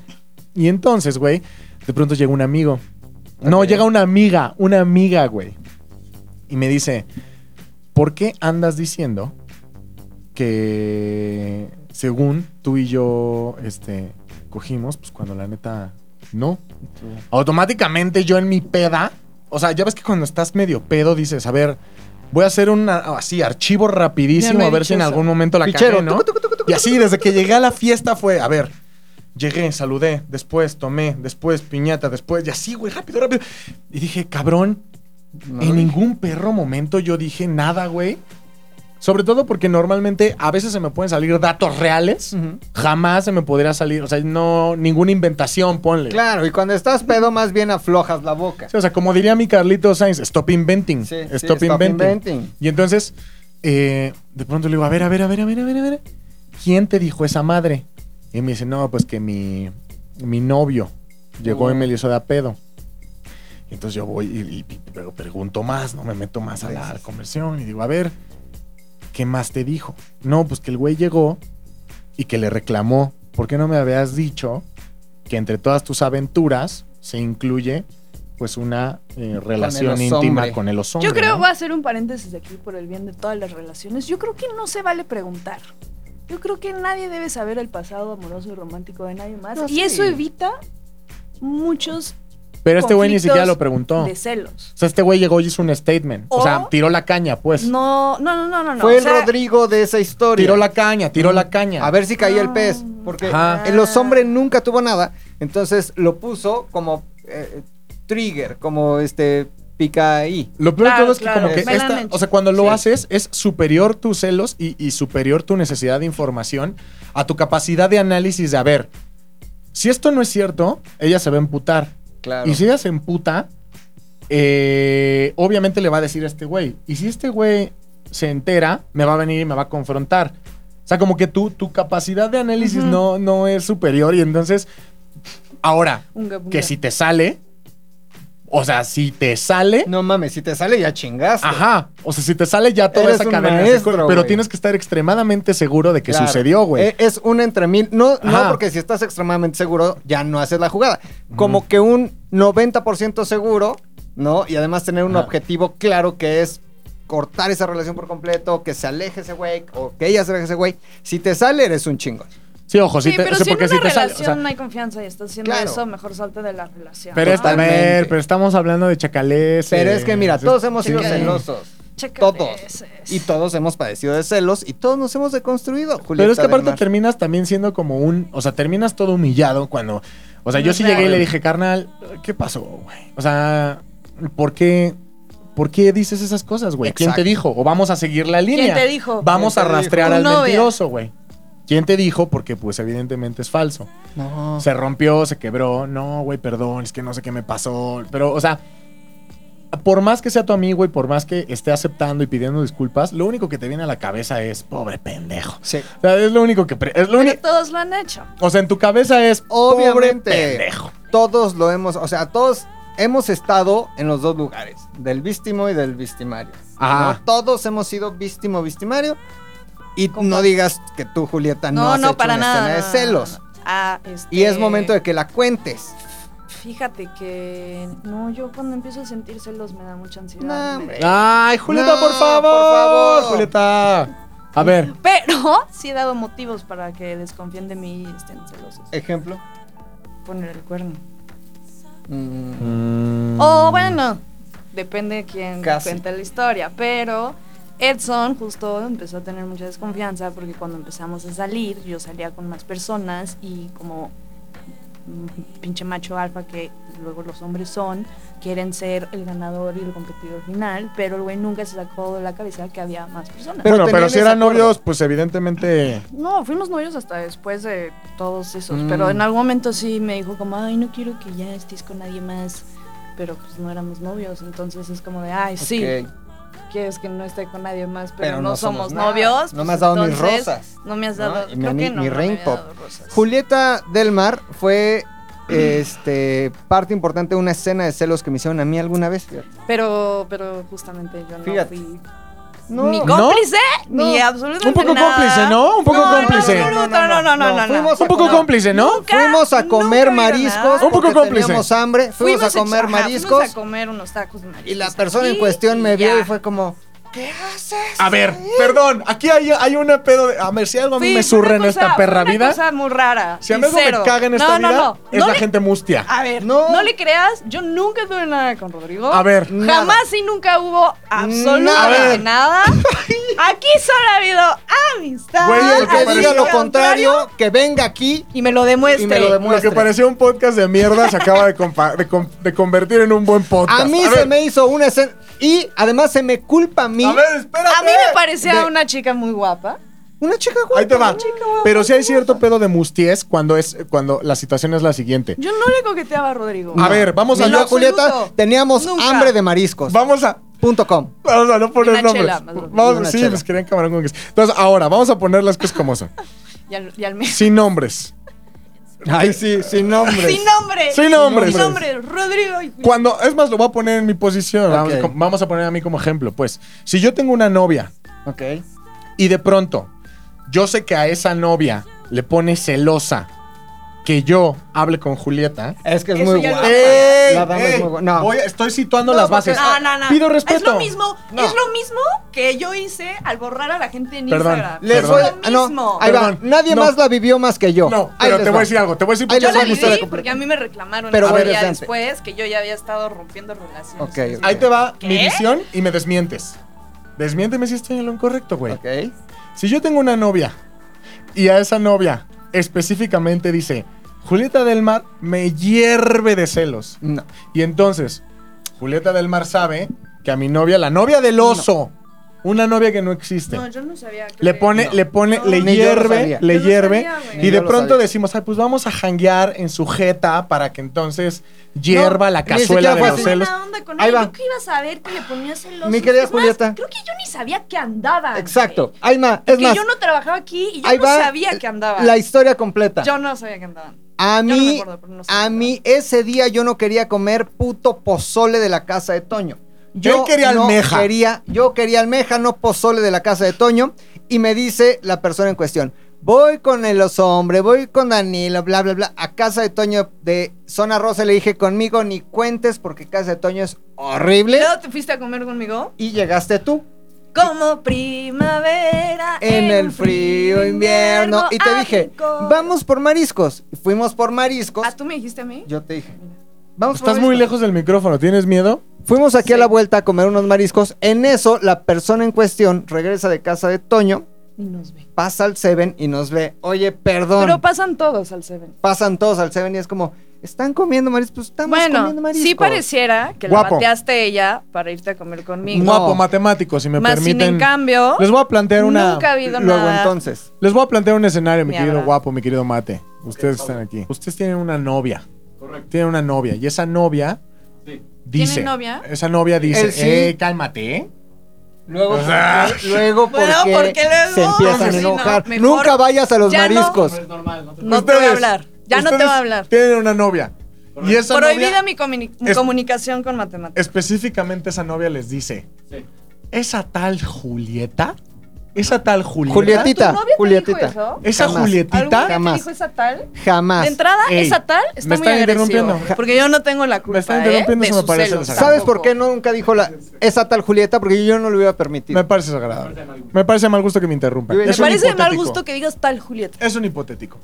Speaker 2: Y entonces, güey, de pronto llega un amigo. No,
Speaker 3: Ok.
Speaker 2: llega una amiga, una amiga, güey. Y me dice, ¿por qué andas diciendo que según tú y yo este, cogimos, pues cuando la neta no? Automáticamente yo en mi peda, o sea, ya ves que cuando estás medio pedo dices, a ver, voy a hacer un así archivo
Speaker 4: Ya
Speaker 2: rapidísimo
Speaker 4: me
Speaker 2: a
Speaker 4: he
Speaker 2: ver
Speaker 4: dicho
Speaker 2: si en
Speaker 4: eso.
Speaker 2: algún momento la
Speaker 3: Pichero.
Speaker 2: cagué, ¿no?
Speaker 3: Tucu, tucu, tucu, tucu.
Speaker 2: Y así, desde que llegué a la fiesta fue, a ver, llegué, saludé, después tomé, después piñata, después, y así, güey, rápido, rápido. Y dije, cabrón,
Speaker 3: No.
Speaker 2: en ningún perro momento yo dije nada, güey, Sobre todo porque normalmente a veces se me pueden salir datos reales.
Speaker 3: Ujú.
Speaker 2: Jamás se me podría salir, o sea, no ninguna inventación, ponle.
Speaker 3: Claro, y cuando estás pedo, más bien aflojas la boca.
Speaker 2: Sí, o sea, como diría mi Carlito Sainz, stop inventing.
Speaker 3: Sí, sí,
Speaker 2: stop,
Speaker 3: stop
Speaker 2: inventing.
Speaker 3: inventing.
Speaker 2: Y entonces, eh, de pronto le digo, a ver, a ver, a ver, a ver, a ver, a ver. ¿Quién te dijo esa madre? Y me dice, no, pues que mi, mi novio llegó y me le hizo de a pedo. Y entonces yo voy y, y- y pre- pregunto más, no me meto más a
Speaker 3: Sí,
Speaker 2: la
Speaker 3: sí, sí.
Speaker 2: conversión y digo, a ver, ¿qué más te dijo? No, pues que el güey llegó y que le reclamó, ¿por qué no me habías dicho que entre todas tus aventuras se incluye pues una eh, relación íntima
Speaker 3: hombre.
Speaker 2: con el oso?
Speaker 4: Yo
Speaker 2: hombre,
Speaker 4: creo,
Speaker 2: ¿no?
Speaker 4: voy a hacer un paréntesis aquí por el bien de todas las relaciones. Yo creo que no se vale preguntar. Yo creo que nadie debe saber el pasado amoroso y romántico de nadie más.
Speaker 3: No,
Speaker 4: y
Speaker 3: sí.
Speaker 4: eso evita muchos
Speaker 2: Pero este güey ni
Speaker 4: conflictos
Speaker 2: siquiera lo preguntó.
Speaker 4: de celos.
Speaker 2: O sea, este güey llegó y hizo un statement. O,
Speaker 4: O-
Speaker 2: sea, tiró la caña, pues.
Speaker 4: No, no, no, no, no. no.
Speaker 3: Fue
Speaker 4: O
Speaker 3: el
Speaker 4: sea,
Speaker 3: Rodrigo de esa historia.
Speaker 2: Tiró la caña, tiró la caña.
Speaker 3: A ver si caía
Speaker 4: Ah.
Speaker 3: el pez. Porque
Speaker 2: Ajá.
Speaker 3: el los hombres nunca tuvo nada. Entonces lo puso como eh, trigger, como este pica ahí.
Speaker 2: Lo peor de
Speaker 4: Claro,
Speaker 2: todo es que
Speaker 4: claro,
Speaker 2: como que
Speaker 4: me lo han
Speaker 2: esta,
Speaker 4: hecho.
Speaker 2: o sea, cuando lo
Speaker 3: Sí.
Speaker 2: haces es superior tus celos y, y superior tu necesidad de información a tu capacidad de análisis de, a ver, si esto no es cierto, ella se va a emputar.
Speaker 3: Claro.
Speaker 2: Y si ella se emputa, eh, obviamente le va a decir a este güey. Y si este güey se entera, me va a venir y me va a confrontar. O sea, como que tú, tu capacidad de análisis
Speaker 4: Ujú.
Speaker 2: no, no es superior. Y entonces, ahora,
Speaker 4: unga, unga.
Speaker 2: que si te sale, o sea, si te sale,
Speaker 3: No mames, si te sale ya chingaste.
Speaker 2: ajá. O sea, si te sale ya toda
Speaker 3: Eres
Speaker 2: esa
Speaker 3: un
Speaker 2: cadena. de
Speaker 3: maestro,
Speaker 2: recuerdos, pero
Speaker 3: güey.
Speaker 2: tienes que estar extremadamente seguro de que
Speaker 3: Claro.
Speaker 2: sucedió, güey.
Speaker 3: Eh, Es un entre mil. No, no,
Speaker 2: Ajá.
Speaker 3: porque si estás extremadamente seguro, ya no haces la jugada. Como
Speaker 2: Ujú.
Speaker 3: que un 90% seguro, ¿no? Y además tener un
Speaker 2: Ajá.
Speaker 3: objetivo claro que es cortar esa relación por completo, que se aleje ese güey, o que ella se aleje ese güey. Si te sale, eres un chingón.
Speaker 2: sí, ojo, sí,
Speaker 4: Sí,
Speaker 2: te,
Speaker 4: pero
Speaker 2: o sea,
Speaker 4: si en
Speaker 2: porque
Speaker 4: una
Speaker 2: si te
Speaker 4: relación
Speaker 2: sale. o sea,
Speaker 4: no hay confianza y estás haciendo
Speaker 3: Claro.
Speaker 4: eso, mejor salte de la relación.
Speaker 2: pero, esta-
Speaker 3: Totalmente.
Speaker 2: ver, pero estamos hablando de chacales. eh,
Speaker 3: Pero es que mira, todos hemos
Speaker 4: sí,
Speaker 3: sido
Speaker 4: sí.
Speaker 3: celosos.
Speaker 4: Chécale,
Speaker 3: Todos.
Speaker 4: ese es.
Speaker 3: Y todos hemos padecido de celos y todos nos hemos deconstruido.
Speaker 2: Pero es
Speaker 3: Julieta
Speaker 2: que aparte
Speaker 3: del Mar.
Speaker 2: terminas también siendo como un. O sea, terminas todo humillado cuando. O sea, yo
Speaker 4: No,
Speaker 2: sí
Speaker 4: claro.
Speaker 2: llegué y le dije, carnal, ¿qué pasó, güey? O sea, ¿por qué, ¿por qué dices esas cosas, güey? ¿Quién te
Speaker 3: Exacto.
Speaker 2: dijo? O vamos a seguir la línea.
Speaker 4: ¿Quién te dijo?
Speaker 2: Vamos
Speaker 3: ¿Quién
Speaker 2: a
Speaker 3: te dijo?
Speaker 2: rastrear
Speaker 4: Tu
Speaker 2: al
Speaker 4: novia.
Speaker 2: mentiroso, güey. ¿Quién te dijo? Porque, pues, evidentemente es falso.
Speaker 3: No.
Speaker 2: Se rompió, se quebró. No, güey, perdón, es que no sé qué me pasó. Pero, o sea, por más que sea tu amigo y por más que esté aceptando y pidiendo disculpas, lo único que te viene a la cabeza es, pobre pendejo.
Speaker 3: Sí.
Speaker 2: O sea, es lo único que. pre- Es lo
Speaker 4: Pero
Speaker 2: único.
Speaker 4: todos lo han hecho.
Speaker 2: O sea, en tu cabeza es.
Speaker 3: Obviamente.
Speaker 2: Pobre pendejo.
Speaker 3: Todos lo hemos, o sea, todos hemos estado en los dos lugares, del víctimo y del victimario.
Speaker 2: Ajá.
Speaker 3: ¿no? Todos hemos sido víctimo, victimario. Y no digas que tú, Julieta, Ah, no,
Speaker 4: No, no,
Speaker 3: has hecho
Speaker 4: para
Speaker 3: una
Speaker 4: nada.
Speaker 3: escena de celos.
Speaker 4: Ah, este,
Speaker 3: Y es momento de que la cuentes.
Speaker 4: Fíjate que. No, yo cuando empiezo a sentir celos me da mucha ansiedad.
Speaker 3: No,
Speaker 4: me-
Speaker 3: hombre.
Speaker 2: Ay, Julieta,
Speaker 3: No,
Speaker 2: por favor.
Speaker 3: por favor.
Speaker 2: Julieta. A ver.
Speaker 4: Pero sí he dado motivos para que desconfíen de mí y estén celosos.
Speaker 3: Ejemplo.
Speaker 4: Poner el cuerno.
Speaker 3: Mm,
Speaker 4: O Oh, bueno, depende de quién
Speaker 3: Casi.
Speaker 4: cuente la historia. Pero Edson justo empezó a tener mucha desconfianza porque cuando empezamos a salir, yo salía con más personas y como mm, pinche macho alfa que luego los hombres son, quieren ser el ganador y el competidor final, pero el güey nunca se sacó de la cabeza que había más personas.
Speaker 3: Pero
Speaker 2: bueno, pero
Speaker 3: tenían
Speaker 2: si eran
Speaker 3: ese acuerdo.
Speaker 2: novios, pues evidentemente.
Speaker 4: No, fuimos novios hasta después de todos esos,
Speaker 3: Mm.
Speaker 4: pero en algún momento sí me dijo como, ay, no quiero que ya estés con nadie más, pero pues no éramos novios, entonces es como de, ay, sí,
Speaker 3: ok.
Speaker 4: quieres que no esté con nadie más, pero,
Speaker 3: Pero
Speaker 4: no,
Speaker 3: no
Speaker 4: somos,
Speaker 3: somos nada.
Speaker 4: novios.
Speaker 3: No me
Speaker 4: pues,
Speaker 3: has dado mis
Speaker 4: entonces,
Speaker 3: rosas,
Speaker 4: No me has
Speaker 3: ¿no?
Speaker 4: dado,
Speaker 3: Y
Speaker 4: creo
Speaker 3: mi-
Speaker 4: que no,
Speaker 3: mi
Speaker 4: no
Speaker 3: ring
Speaker 4: me había
Speaker 3: pop.
Speaker 4: dado rosas.
Speaker 3: Julieta del Mar fue este, parte importante de una escena de celos que me hicieron a mí alguna vez.
Speaker 4: Pero, pero justamente yo no
Speaker 3: Fíjate.
Speaker 4: fui
Speaker 3: No.
Speaker 4: ni
Speaker 3: ¿No?
Speaker 4: cómplice,
Speaker 3: No.
Speaker 4: ni absolutamente
Speaker 2: Un poco
Speaker 4: Pues, nada.
Speaker 2: cómplice, ¿no? Un poco
Speaker 4: No, no,
Speaker 2: cómplice.
Speaker 4: No, no, no, no, no, no, no.
Speaker 3: Fuimos a
Speaker 2: Un poco
Speaker 3: comer-
Speaker 2: cómplice, ¿no?
Speaker 4: Nunca,
Speaker 3: Fuimos a comer
Speaker 4: nunca he ido
Speaker 3: mariscos.
Speaker 4: nada.
Speaker 2: Un poco
Speaker 3: porque
Speaker 2: cómplice.
Speaker 3: Teníamos hambre, fuimos, a comer
Speaker 4: ajá,
Speaker 3: mariscos.
Speaker 4: Fuimos a comer unos tacos de mariscos.
Speaker 3: Y la persona en
Speaker 4: aquí
Speaker 3: cuestión me vio
Speaker 4: ya.
Speaker 3: y fue como, ¿qué haces?
Speaker 2: A ver, perdón, aquí hay, hay una pedo de. A ver, si algo a mí
Speaker 4: Sí,
Speaker 2: me
Speaker 4: fue una
Speaker 2: surre en esta
Speaker 4: cosa-
Speaker 2: perra
Speaker 4: fue una
Speaker 2: vida.
Speaker 4: cosa muy rara.
Speaker 2: si algo me
Speaker 4: sincero.
Speaker 2: caga en esta
Speaker 4: No, no,
Speaker 2: vida,
Speaker 4: no.
Speaker 2: es
Speaker 4: No
Speaker 2: la
Speaker 4: le- Ah,
Speaker 2: gente mustia.
Speaker 4: A ver,
Speaker 3: No.
Speaker 4: no. le creas, yo nunca tuve nada con Rodrigo.
Speaker 2: A ver.
Speaker 3: nada.
Speaker 4: Jamás y nunca hubo
Speaker 3: Nada.
Speaker 2: A
Speaker 4: absolutamente
Speaker 2: ver.
Speaker 4: nada. Aquí solo ha habido amistad.
Speaker 2: Güey,
Speaker 3: Y el que
Speaker 2: Al
Speaker 3: diga lo
Speaker 2: contrario.
Speaker 3: contrario, que venga aquí.
Speaker 4: Y me lo demuestre.
Speaker 3: Y me lo demuestre.
Speaker 2: Lo que parecía un podcast de mierda se acaba de, compa- de, con- de convertir en un buen podcast.
Speaker 3: A mí
Speaker 2: A
Speaker 3: se
Speaker 2: ver,
Speaker 3: me hizo una escena. Y además se me culpa a mí.
Speaker 2: A ver, espérate.
Speaker 4: A mí me parecía
Speaker 3: De-
Speaker 4: una chica muy guapa.
Speaker 3: Una chica guapa.
Speaker 2: Ahí te va.
Speaker 3: una chica-
Speaker 2: Pero sí hay cierto pedo de mustiés cuando es cuando la situación es la siguiente.
Speaker 4: Yo no le coqueteaba a Rodrigo.
Speaker 2: A ver, vamos a
Speaker 3: Ni
Speaker 4: En
Speaker 3: yo,
Speaker 4: lo
Speaker 2: no,
Speaker 3: Julieta,
Speaker 4: absoluto.
Speaker 3: teníamos
Speaker 4: Nunca.
Speaker 3: hambre de mariscos.
Speaker 2: vamos a
Speaker 3: Punto com.
Speaker 2: vamos a no poner
Speaker 4: Una
Speaker 2: nombres.
Speaker 4: chela, más bien.
Speaker 2: vamos,
Speaker 3: Una
Speaker 2: sí,
Speaker 3: chela.
Speaker 2: pues querían camarón con queso. Entonces, ahora vamos a poner las cosas como son.
Speaker 4: Y al, y al mes.
Speaker 2: Sin nombres.
Speaker 3: Ay, sí, sin nombres.
Speaker 4: Sin nombre.
Speaker 2: Sin nombres.
Speaker 4: Sin nombre. Rodrigo. y-
Speaker 2: Cuando, es más, lo voy a poner en mi posición. Vamos,
Speaker 3: Ok.
Speaker 2: com- vamos a poner a mí como ejemplo. Pues, si yo tengo una novia
Speaker 3: Ok.
Speaker 2: y de pronto yo sé que a esa novia le pone celosa que yo hable con Julieta.
Speaker 3: Es que es
Speaker 4: Eso
Speaker 3: muy
Speaker 4: ya lo-
Speaker 3: guapa.
Speaker 2: ¡Ey!
Speaker 3: La dama es
Speaker 2: ¡Ey!
Speaker 3: muy guapa. No.
Speaker 2: Voy a- estoy situando
Speaker 4: No,
Speaker 2: las
Speaker 4: porque-
Speaker 2: bases.
Speaker 4: No, no, no.
Speaker 2: Pido respeto.
Speaker 4: Es lo mismo.
Speaker 2: No.
Speaker 4: Es lo mismo que yo hice al borrar a la gente en
Speaker 2: Perdón.
Speaker 4: Instagram.
Speaker 3: Les
Speaker 4: es
Speaker 2: Perdón.
Speaker 3: voy
Speaker 4: lo
Speaker 3: ah, no,
Speaker 4: mismo.
Speaker 3: ahí va.
Speaker 2: Perdón.
Speaker 3: Nadie
Speaker 2: No.
Speaker 3: más la vivió más que yo.
Speaker 2: No,
Speaker 3: Ahí
Speaker 2: pero
Speaker 3: les
Speaker 2: te voy
Speaker 3: va.
Speaker 2: a decir algo. Te voy a decir
Speaker 3: Ahí
Speaker 2: por
Speaker 4: yo
Speaker 2: qué
Speaker 3: les
Speaker 4: la
Speaker 3: voy
Speaker 2: son
Speaker 3: a
Speaker 2: ustedes-
Speaker 3: gustar
Speaker 4: viví
Speaker 3: de
Speaker 4: porque a mí me reclamaron
Speaker 3: Pero
Speaker 4: Pero
Speaker 3: bueno,
Speaker 4: días
Speaker 3: decente.
Speaker 4: después que yo ya había estado rompiendo relaciones.
Speaker 3: Ok, ok.
Speaker 2: Ahí te va
Speaker 4: ¿Qué?
Speaker 2: mi visión y me desmientes. Desmiénteme si estoy en lo incorrecto, güey.
Speaker 3: Ok.
Speaker 2: Si yo tengo una novia y a esa novia específicamente dice, Julieta del Mar me hierve de celos.
Speaker 3: No.
Speaker 2: Y entonces, Julieta del Mar sabe que a mi novia, la novia del oso, una novia que no existe,
Speaker 4: No, yo no sabía. que-
Speaker 2: le pone, le pone,
Speaker 4: No.
Speaker 2: le
Speaker 3: Ni yo lo
Speaker 2: hierve,
Speaker 3: sabía.
Speaker 2: le
Speaker 4: Yo no
Speaker 2: hierve.
Speaker 4: sabía, güey.
Speaker 2: y
Speaker 3: Ni
Speaker 2: de
Speaker 3: yo lo
Speaker 2: pronto
Speaker 3: sabía.
Speaker 2: decimos, ay, pues vamos a janguear en sujeta para que entonces hierva
Speaker 3: No,
Speaker 2: la
Speaker 3: ni siquiera
Speaker 2: cazuela de
Speaker 3: fue
Speaker 2: los
Speaker 3: así.
Speaker 2: celos.
Speaker 4: Mala onda con
Speaker 3: Ahí
Speaker 4: él.
Speaker 3: va.
Speaker 4: Yo que iba a saber que le ponía celoso.
Speaker 3: Mi querida Julieta.
Speaker 4: creo que yo ni sabía que andaba.
Speaker 3: Exacto. Ahí va. Es
Speaker 4: Porque
Speaker 3: más,
Speaker 4: Ah, yo no trabajaba aquí y yo
Speaker 3: ahí
Speaker 4: no
Speaker 3: va
Speaker 4: sabía que andaba.
Speaker 3: la historia completa.
Speaker 4: Yo no sabía que andaban.
Speaker 3: a
Speaker 4: yo no me
Speaker 3: mí,
Speaker 4: acuerdo, pero no sé.
Speaker 3: a mí, ese día yo no quería comer puto pozole de la casa de Toño. Yo
Speaker 2: Él quería
Speaker 3: no
Speaker 2: almeja.
Speaker 3: quería- yo quería almeja, no pozole de la casa de Toño. Y me dice la persona en cuestión: Voy con el oso hombre, voy con Danilo, bla, bla, bla. A casa de Toño de Zona Rosa le dije: Conmigo ni cuentes porque casa de Toño es horrible.
Speaker 4: ¿Luego te fuiste a comer conmigo?
Speaker 3: Y llegaste tú.
Speaker 4: Como primavera
Speaker 3: en el
Speaker 4: un Ah,
Speaker 3: frío invierno. Y te dije,
Speaker 4: ático.
Speaker 3: vamos por mariscos. Y fuimos por mariscos.
Speaker 4: Ah, tú me dijiste a mí.
Speaker 3: Yo te dije, vamos por
Speaker 2: Estás muy
Speaker 3: mariscos.
Speaker 2: lejos del micrófono, ¿tienes miedo?
Speaker 3: Fuimos aquí a
Speaker 4: Sí.
Speaker 3: la vuelta a comer unos mariscos. En eso, la persona en cuestión regresa de casa de Toño,
Speaker 4: Y nos ve.
Speaker 3: pasa al Seven y nos ve. Oye, perdón.
Speaker 4: Pero pasan todos al Seven.
Speaker 3: Pasan todos al Seven y es como, ¿están comiendo mariscos? Pues Estamos
Speaker 4: Bueno,
Speaker 3: comiendo mariscos.
Speaker 4: sí pareciera que la
Speaker 2: Guapo.
Speaker 4: bateaste a ella para irte a comer conmigo.
Speaker 3: No,
Speaker 2: Guapo, matemático, si me
Speaker 4: Más sin en
Speaker 2: permiten.
Speaker 4: cambio,
Speaker 3: Pues,
Speaker 2: Les voy a plantear una.
Speaker 4: nunca ha habido
Speaker 3: Luego
Speaker 4: nada.
Speaker 3: entonces.
Speaker 2: Les voy a plantear un escenario, mi
Speaker 4: Ni
Speaker 2: querido
Speaker 4: habrá.
Speaker 2: guapo, mi querido mate. Ustedes están aquí. Ustedes tienen una novia. Correcto. Tienen una novia. Y esa novia dice.
Speaker 4: ¿Tienen novia?
Speaker 2: Esa novia dice,
Speaker 3: Él sí.
Speaker 2: eh, cálmate. ¿eh".
Speaker 3: Luego,
Speaker 2: O sea.
Speaker 3: luego
Speaker 4: Bueno,
Speaker 3: porque,
Speaker 4: porque luego-
Speaker 3: se empiezan a
Speaker 4: Sí, no,
Speaker 3: enojar.
Speaker 4: mejor
Speaker 3: Nunca vayas a los
Speaker 4: ya no.
Speaker 3: mariscos.
Speaker 4: no te voy a
Speaker 2: Ustedes-
Speaker 4: hablar. Ya no te voy
Speaker 2: ustedes
Speaker 4: a hablar.
Speaker 2: Tienen una novia. Y esa
Speaker 4: Prohibida
Speaker 2: novia,
Speaker 4: mi, comuni- mi
Speaker 2: Es-
Speaker 4: comunicación con matemáticas.
Speaker 2: específicamente esa novia les dice, esa tal Julieta, esa tal Julieta,
Speaker 3: Julietita.
Speaker 4: ¿Tu novia te
Speaker 3: Julietita.
Speaker 4: dijo eso?
Speaker 2: esa
Speaker 3: Jamás.
Speaker 4: ¿Alguna
Speaker 2: Julietita,
Speaker 4: vez te
Speaker 3: Jamás.
Speaker 4: dijo esa tal?
Speaker 3: Jamás.
Speaker 4: De entrada,
Speaker 2: Ah, Ey,
Speaker 4: esa tal
Speaker 2: me
Speaker 4: está muy
Speaker 2: están interrumpiendo.
Speaker 4: agresivo. Porque yo no tengo la culpa,
Speaker 2: Me están
Speaker 4: ¿eh?
Speaker 2: interrumpiendo,
Speaker 4: de
Speaker 2: eso me
Speaker 4: sus
Speaker 2: parece
Speaker 4: celos.
Speaker 2: desagradable.
Speaker 3: ¿Sabes por qué nunca dijo la, esa tal Julieta? Porque yo no lo hubiera permitido.
Speaker 2: me parece desagradable. Me parece de mal gusto que me interrumpan.
Speaker 3: Me
Speaker 4: Me
Speaker 2: Es un
Speaker 4: parece de mal
Speaker 2: hipotético.
Speaker 4: gusto que digas tal, Julieta.
Speaker 2: Es un hipotético.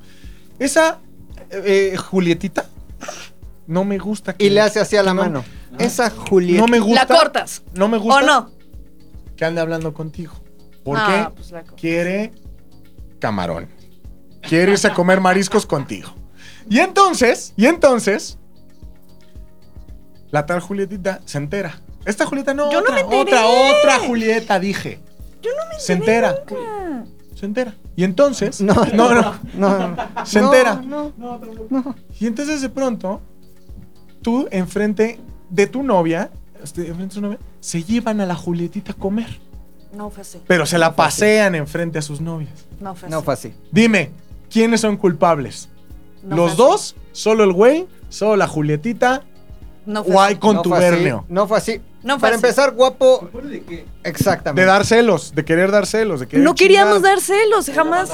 Speaker 2: Esa eh, eh, Julietita no me gusta. que-
Speaker 3: Y le hace así a la
Speaker 2: no-
Speaker 3: mano. Esa Julieta.
Speaker 2: No me gusta.
Speaker 4: La cortas.
Speaker 2: No me
Speaker 4: ¿O
Speaker 2: gusta
Speaker 4: no?
Speaker 2: que ande hablando contigo. Porque
Speaker 4: Ah, pues la cortas.
Speaker 2: quiere camarón. Quiere irse a comer mariscos contigo. Y entonces, y entonces, la tal Julietita se entera. Esta Julieta no,
Speaker 4: Yo no
Speaker 2: otra,
Speaker 4: me enteré.
Speaker 2: otra, otra Julieta, dije. Yo no me Se entera.
Speaker 4: Ah,
Speaker 2: Se entera. Y entonces.
Speaker 3: No,
Speaker 2: no, no.
Speaker 3: No, no.
Speaker 2: Se
Speaker 3: No,
Speaker 2: entera.
Speaker 3: no.
Speaker 2: Y entonces de pronto, tú enfrente de tu novia, este, enfrente de su novia, se llevan a la Julietita a comer.
Speaker 4: No fue así.
Speaker 2: Pero se la pasean enfrente a sus novias.
Speaker 4: No fue así.
Speaker 3: No fue así.
Speaker 2: Dime, ¿quiénes son culpables?
Speaker 4: No
Speaker 2: ¿Los
Speaker 4: fue así.
Speaker 2: dos? ¿Solo el güey? ¿Solo la Julietita?
Speaker 4: No fue
Speaker 2: ¿O
Speaker 4: así.
Speaker 2: hay contubernio?
Speaker 3: No fue así.
Speaker 4: No fue
Speaker 3: Para
Speaker 4: así.
Speaker 3: empezar, guapo. Exactamente.
Speaker 2: De dar celos, de querer dar celos, de querer
Speaker 4: No queríamos
Speaker 2: chingar.
Speaker 4: dar celos, jamás.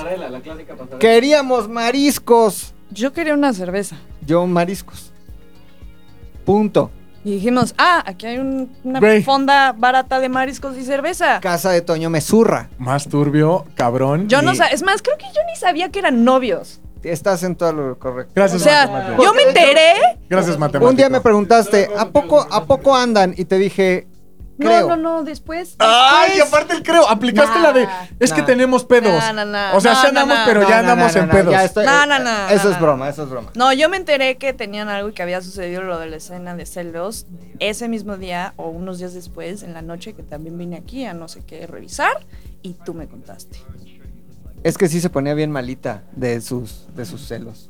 Speaker 3: Queríamos mariscos.
Speaker 4: Yo quería una cerveza.
Speaker 3: Yo mariscos. Punto.
Speaker 4: Y dijimos, ah, aquí hay un- una
Speaker 2: Güey.
Speaker 4: fonda barata de mariscos y cerveza.
Speaker 3: Casa de Toño me zurra.
Speaker 2: Más turbio, cabrón.
Speaker 4: Yo no
Speaker 2: y-
Speaker 4: sabía, es más, creo que yo ni sabía que eran novios.
Speaker 3: Estás en todo lo correcto.
Speaker 4: O
Speaker 2: Gracias,
Speaker 4: sea,
Speaker 2: matemático.
Speaker 4: yo me enteré
Speaker 2: Gracias, matemático.
Speaker 3: Un día me preguntaste, ¿a poco, ¿a poco andan? Y te dije, Creo.
Speaker 4: No, no, no, después.
Speaker 2: Ay,
Speaker 4: después-
Speaker 2: aparte el creo. Aplicaste
Speaker 4: Nah,
Speaker 2: la de. Es
Speaker 3: nah.
Speaker 2: que tenemos pedos.
Speaker 4: Nah, nah, nah.
Speaker 2: o sea,
Speaker 4: No,
Speaker 2: sí
Speaker 4: no,
Speaker 2: andamos,
Speaker 4: no.
Speaker 2: pero
Speaker 3: No,
Speaker 2: ya
Speaker 3: no, no,
Speaker 2: andamos
Speaker 3: no,
Speaker 2: en
Speaker 3: no,
Speaker 2: pedos.
Speaker 3: ya estoy- eh,
Speaker 4: No, no, no,
Speaker 3: Eso
Speaker 4: no,
Speaker 3: es
Speaker 4: no.
Speaker 3: broma, eso es broma.
Speaker 4: No, yo me enteré que tenían algo y que había sucedido lo de la escena de celos ese mismo día o unos días después en la noche que también vine aquí a no sé qué revisar y tú me contaste.
Speaker 3: Es que sí se ponía bien malita de sus, de sus celos.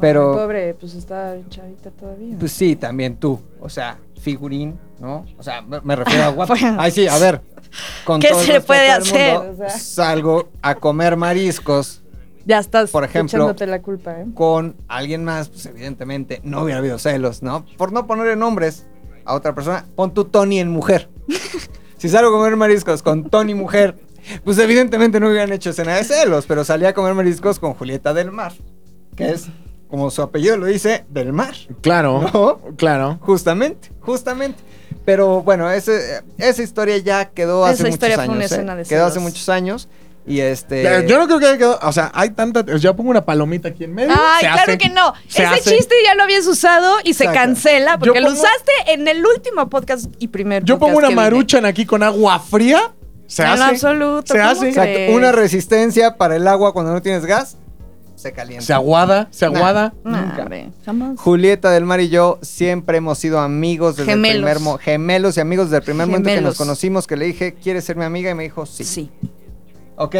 Speaker 3: Pero-
Speaker 4: Ay, pobre, pues está chavita todavía.
Speaker 3: Pues sí, también tú. O sea, figurín, ¿no? O sea, me, me refiero a guapo. Ay, sí, a ver. Con
Speaker 4: ¿Qué
Speaker 3: todo el
Speaker 4: se le
Speaker 3: respeto
Speaker 4: puede
Speaker 3: del
Speaker 4: hacer?
Speaker 3: mundo,
Speaker 4: O sea.
Speaker 3: Salgo a comer mariscos
Speaker 4: ya estás
Speaker 3: por ejemplo-
Speaker 4: echándote la culpa, ¿eh?
Speaker 3: con alguien más, pues evidentemente no hubiera habido celos, ¿no? Por no ponerle nombres a otra persona, pon tu Tony en mujer. si salgo a comer mariscos con Tony mujer, pues evidentemente no hubieran hecho escena de celos, pero salí a comer mariscos con Julieta del Mar, que es, como su apellido lo dice, del mar,
Speaker 2: Claro,
Speaker 3: ¿no?
Speaker 2: claro.
Speaker 3: Justamente, justamente. Pero bueno, ese- esa historia ya quedó
Speaker 4: Esa
Speaker 3: hace muchos
Speaker 4: historia fue
Speaker 3: años.
Speaker 4: una
Speaker 3: ¿eh?
Speaker 4: escena de
Speaker 3: Quedó hace
Speaker 4: celos.
Speaker 3: muchos años. Y este.
Speaker 2: Ya, Yo no creo que haya quedado. O sea, hay tanta. Ya pongo una palomita aquí en medio.
Speaker 4: Ay,
Speaker 2: se
Speaker 4: claro
Speaker 2: hace.
Speaker 4: que no.
Speaker 2: Se
Speaker 4: Ese
Speaker 2: hace.
Speaker 4: chiste ya lo habías usado y se
Speaker 3: Exacto.
Speaker 4: cancela
Speaker 2: Yo
Speaker 4: porque lo
Speaker 2: pongo-
Speaker 4: usaste en el último podcast y primer
Speaker 2: Yo
Speaker 4: podcast
Speaker 2: pongo una
Speaker 4: que vine.
Speaker 2: maruchan aquí con agua fría. Se
Speaker 4: En
Speaker 2: hace.
Speaker 4: absoluto,
Speaker 2: Se
Speaker 4: ¿cómo
Speaker 2: hace.
Speaker 4: crees?
Speaker 3: Exacto, una resistencia para el agua cuando no tienes gas se calienta.
Speaker 2: Se aguada, se
Speaker 3: Nah.
Speaker 2: aguada.
Speaker 4: No,
Speaker 3: Nunca.
Speaker 4: hombre, jamás.
Speaker 3: Julieta del Mar y yo siempre hemos sido amigos desde el
Speaker 4: Gemelos.
Speaker 3: primer mo- gemelos y amigos desde el primer momento que nos
Speaker 4: Gemelos.
Speaker 3: conocimos que le dije, ¿quieres ser mi amiga? Y me dijo, sí.
Speaker 4: Sí.
Speaker 3: ¿Ok?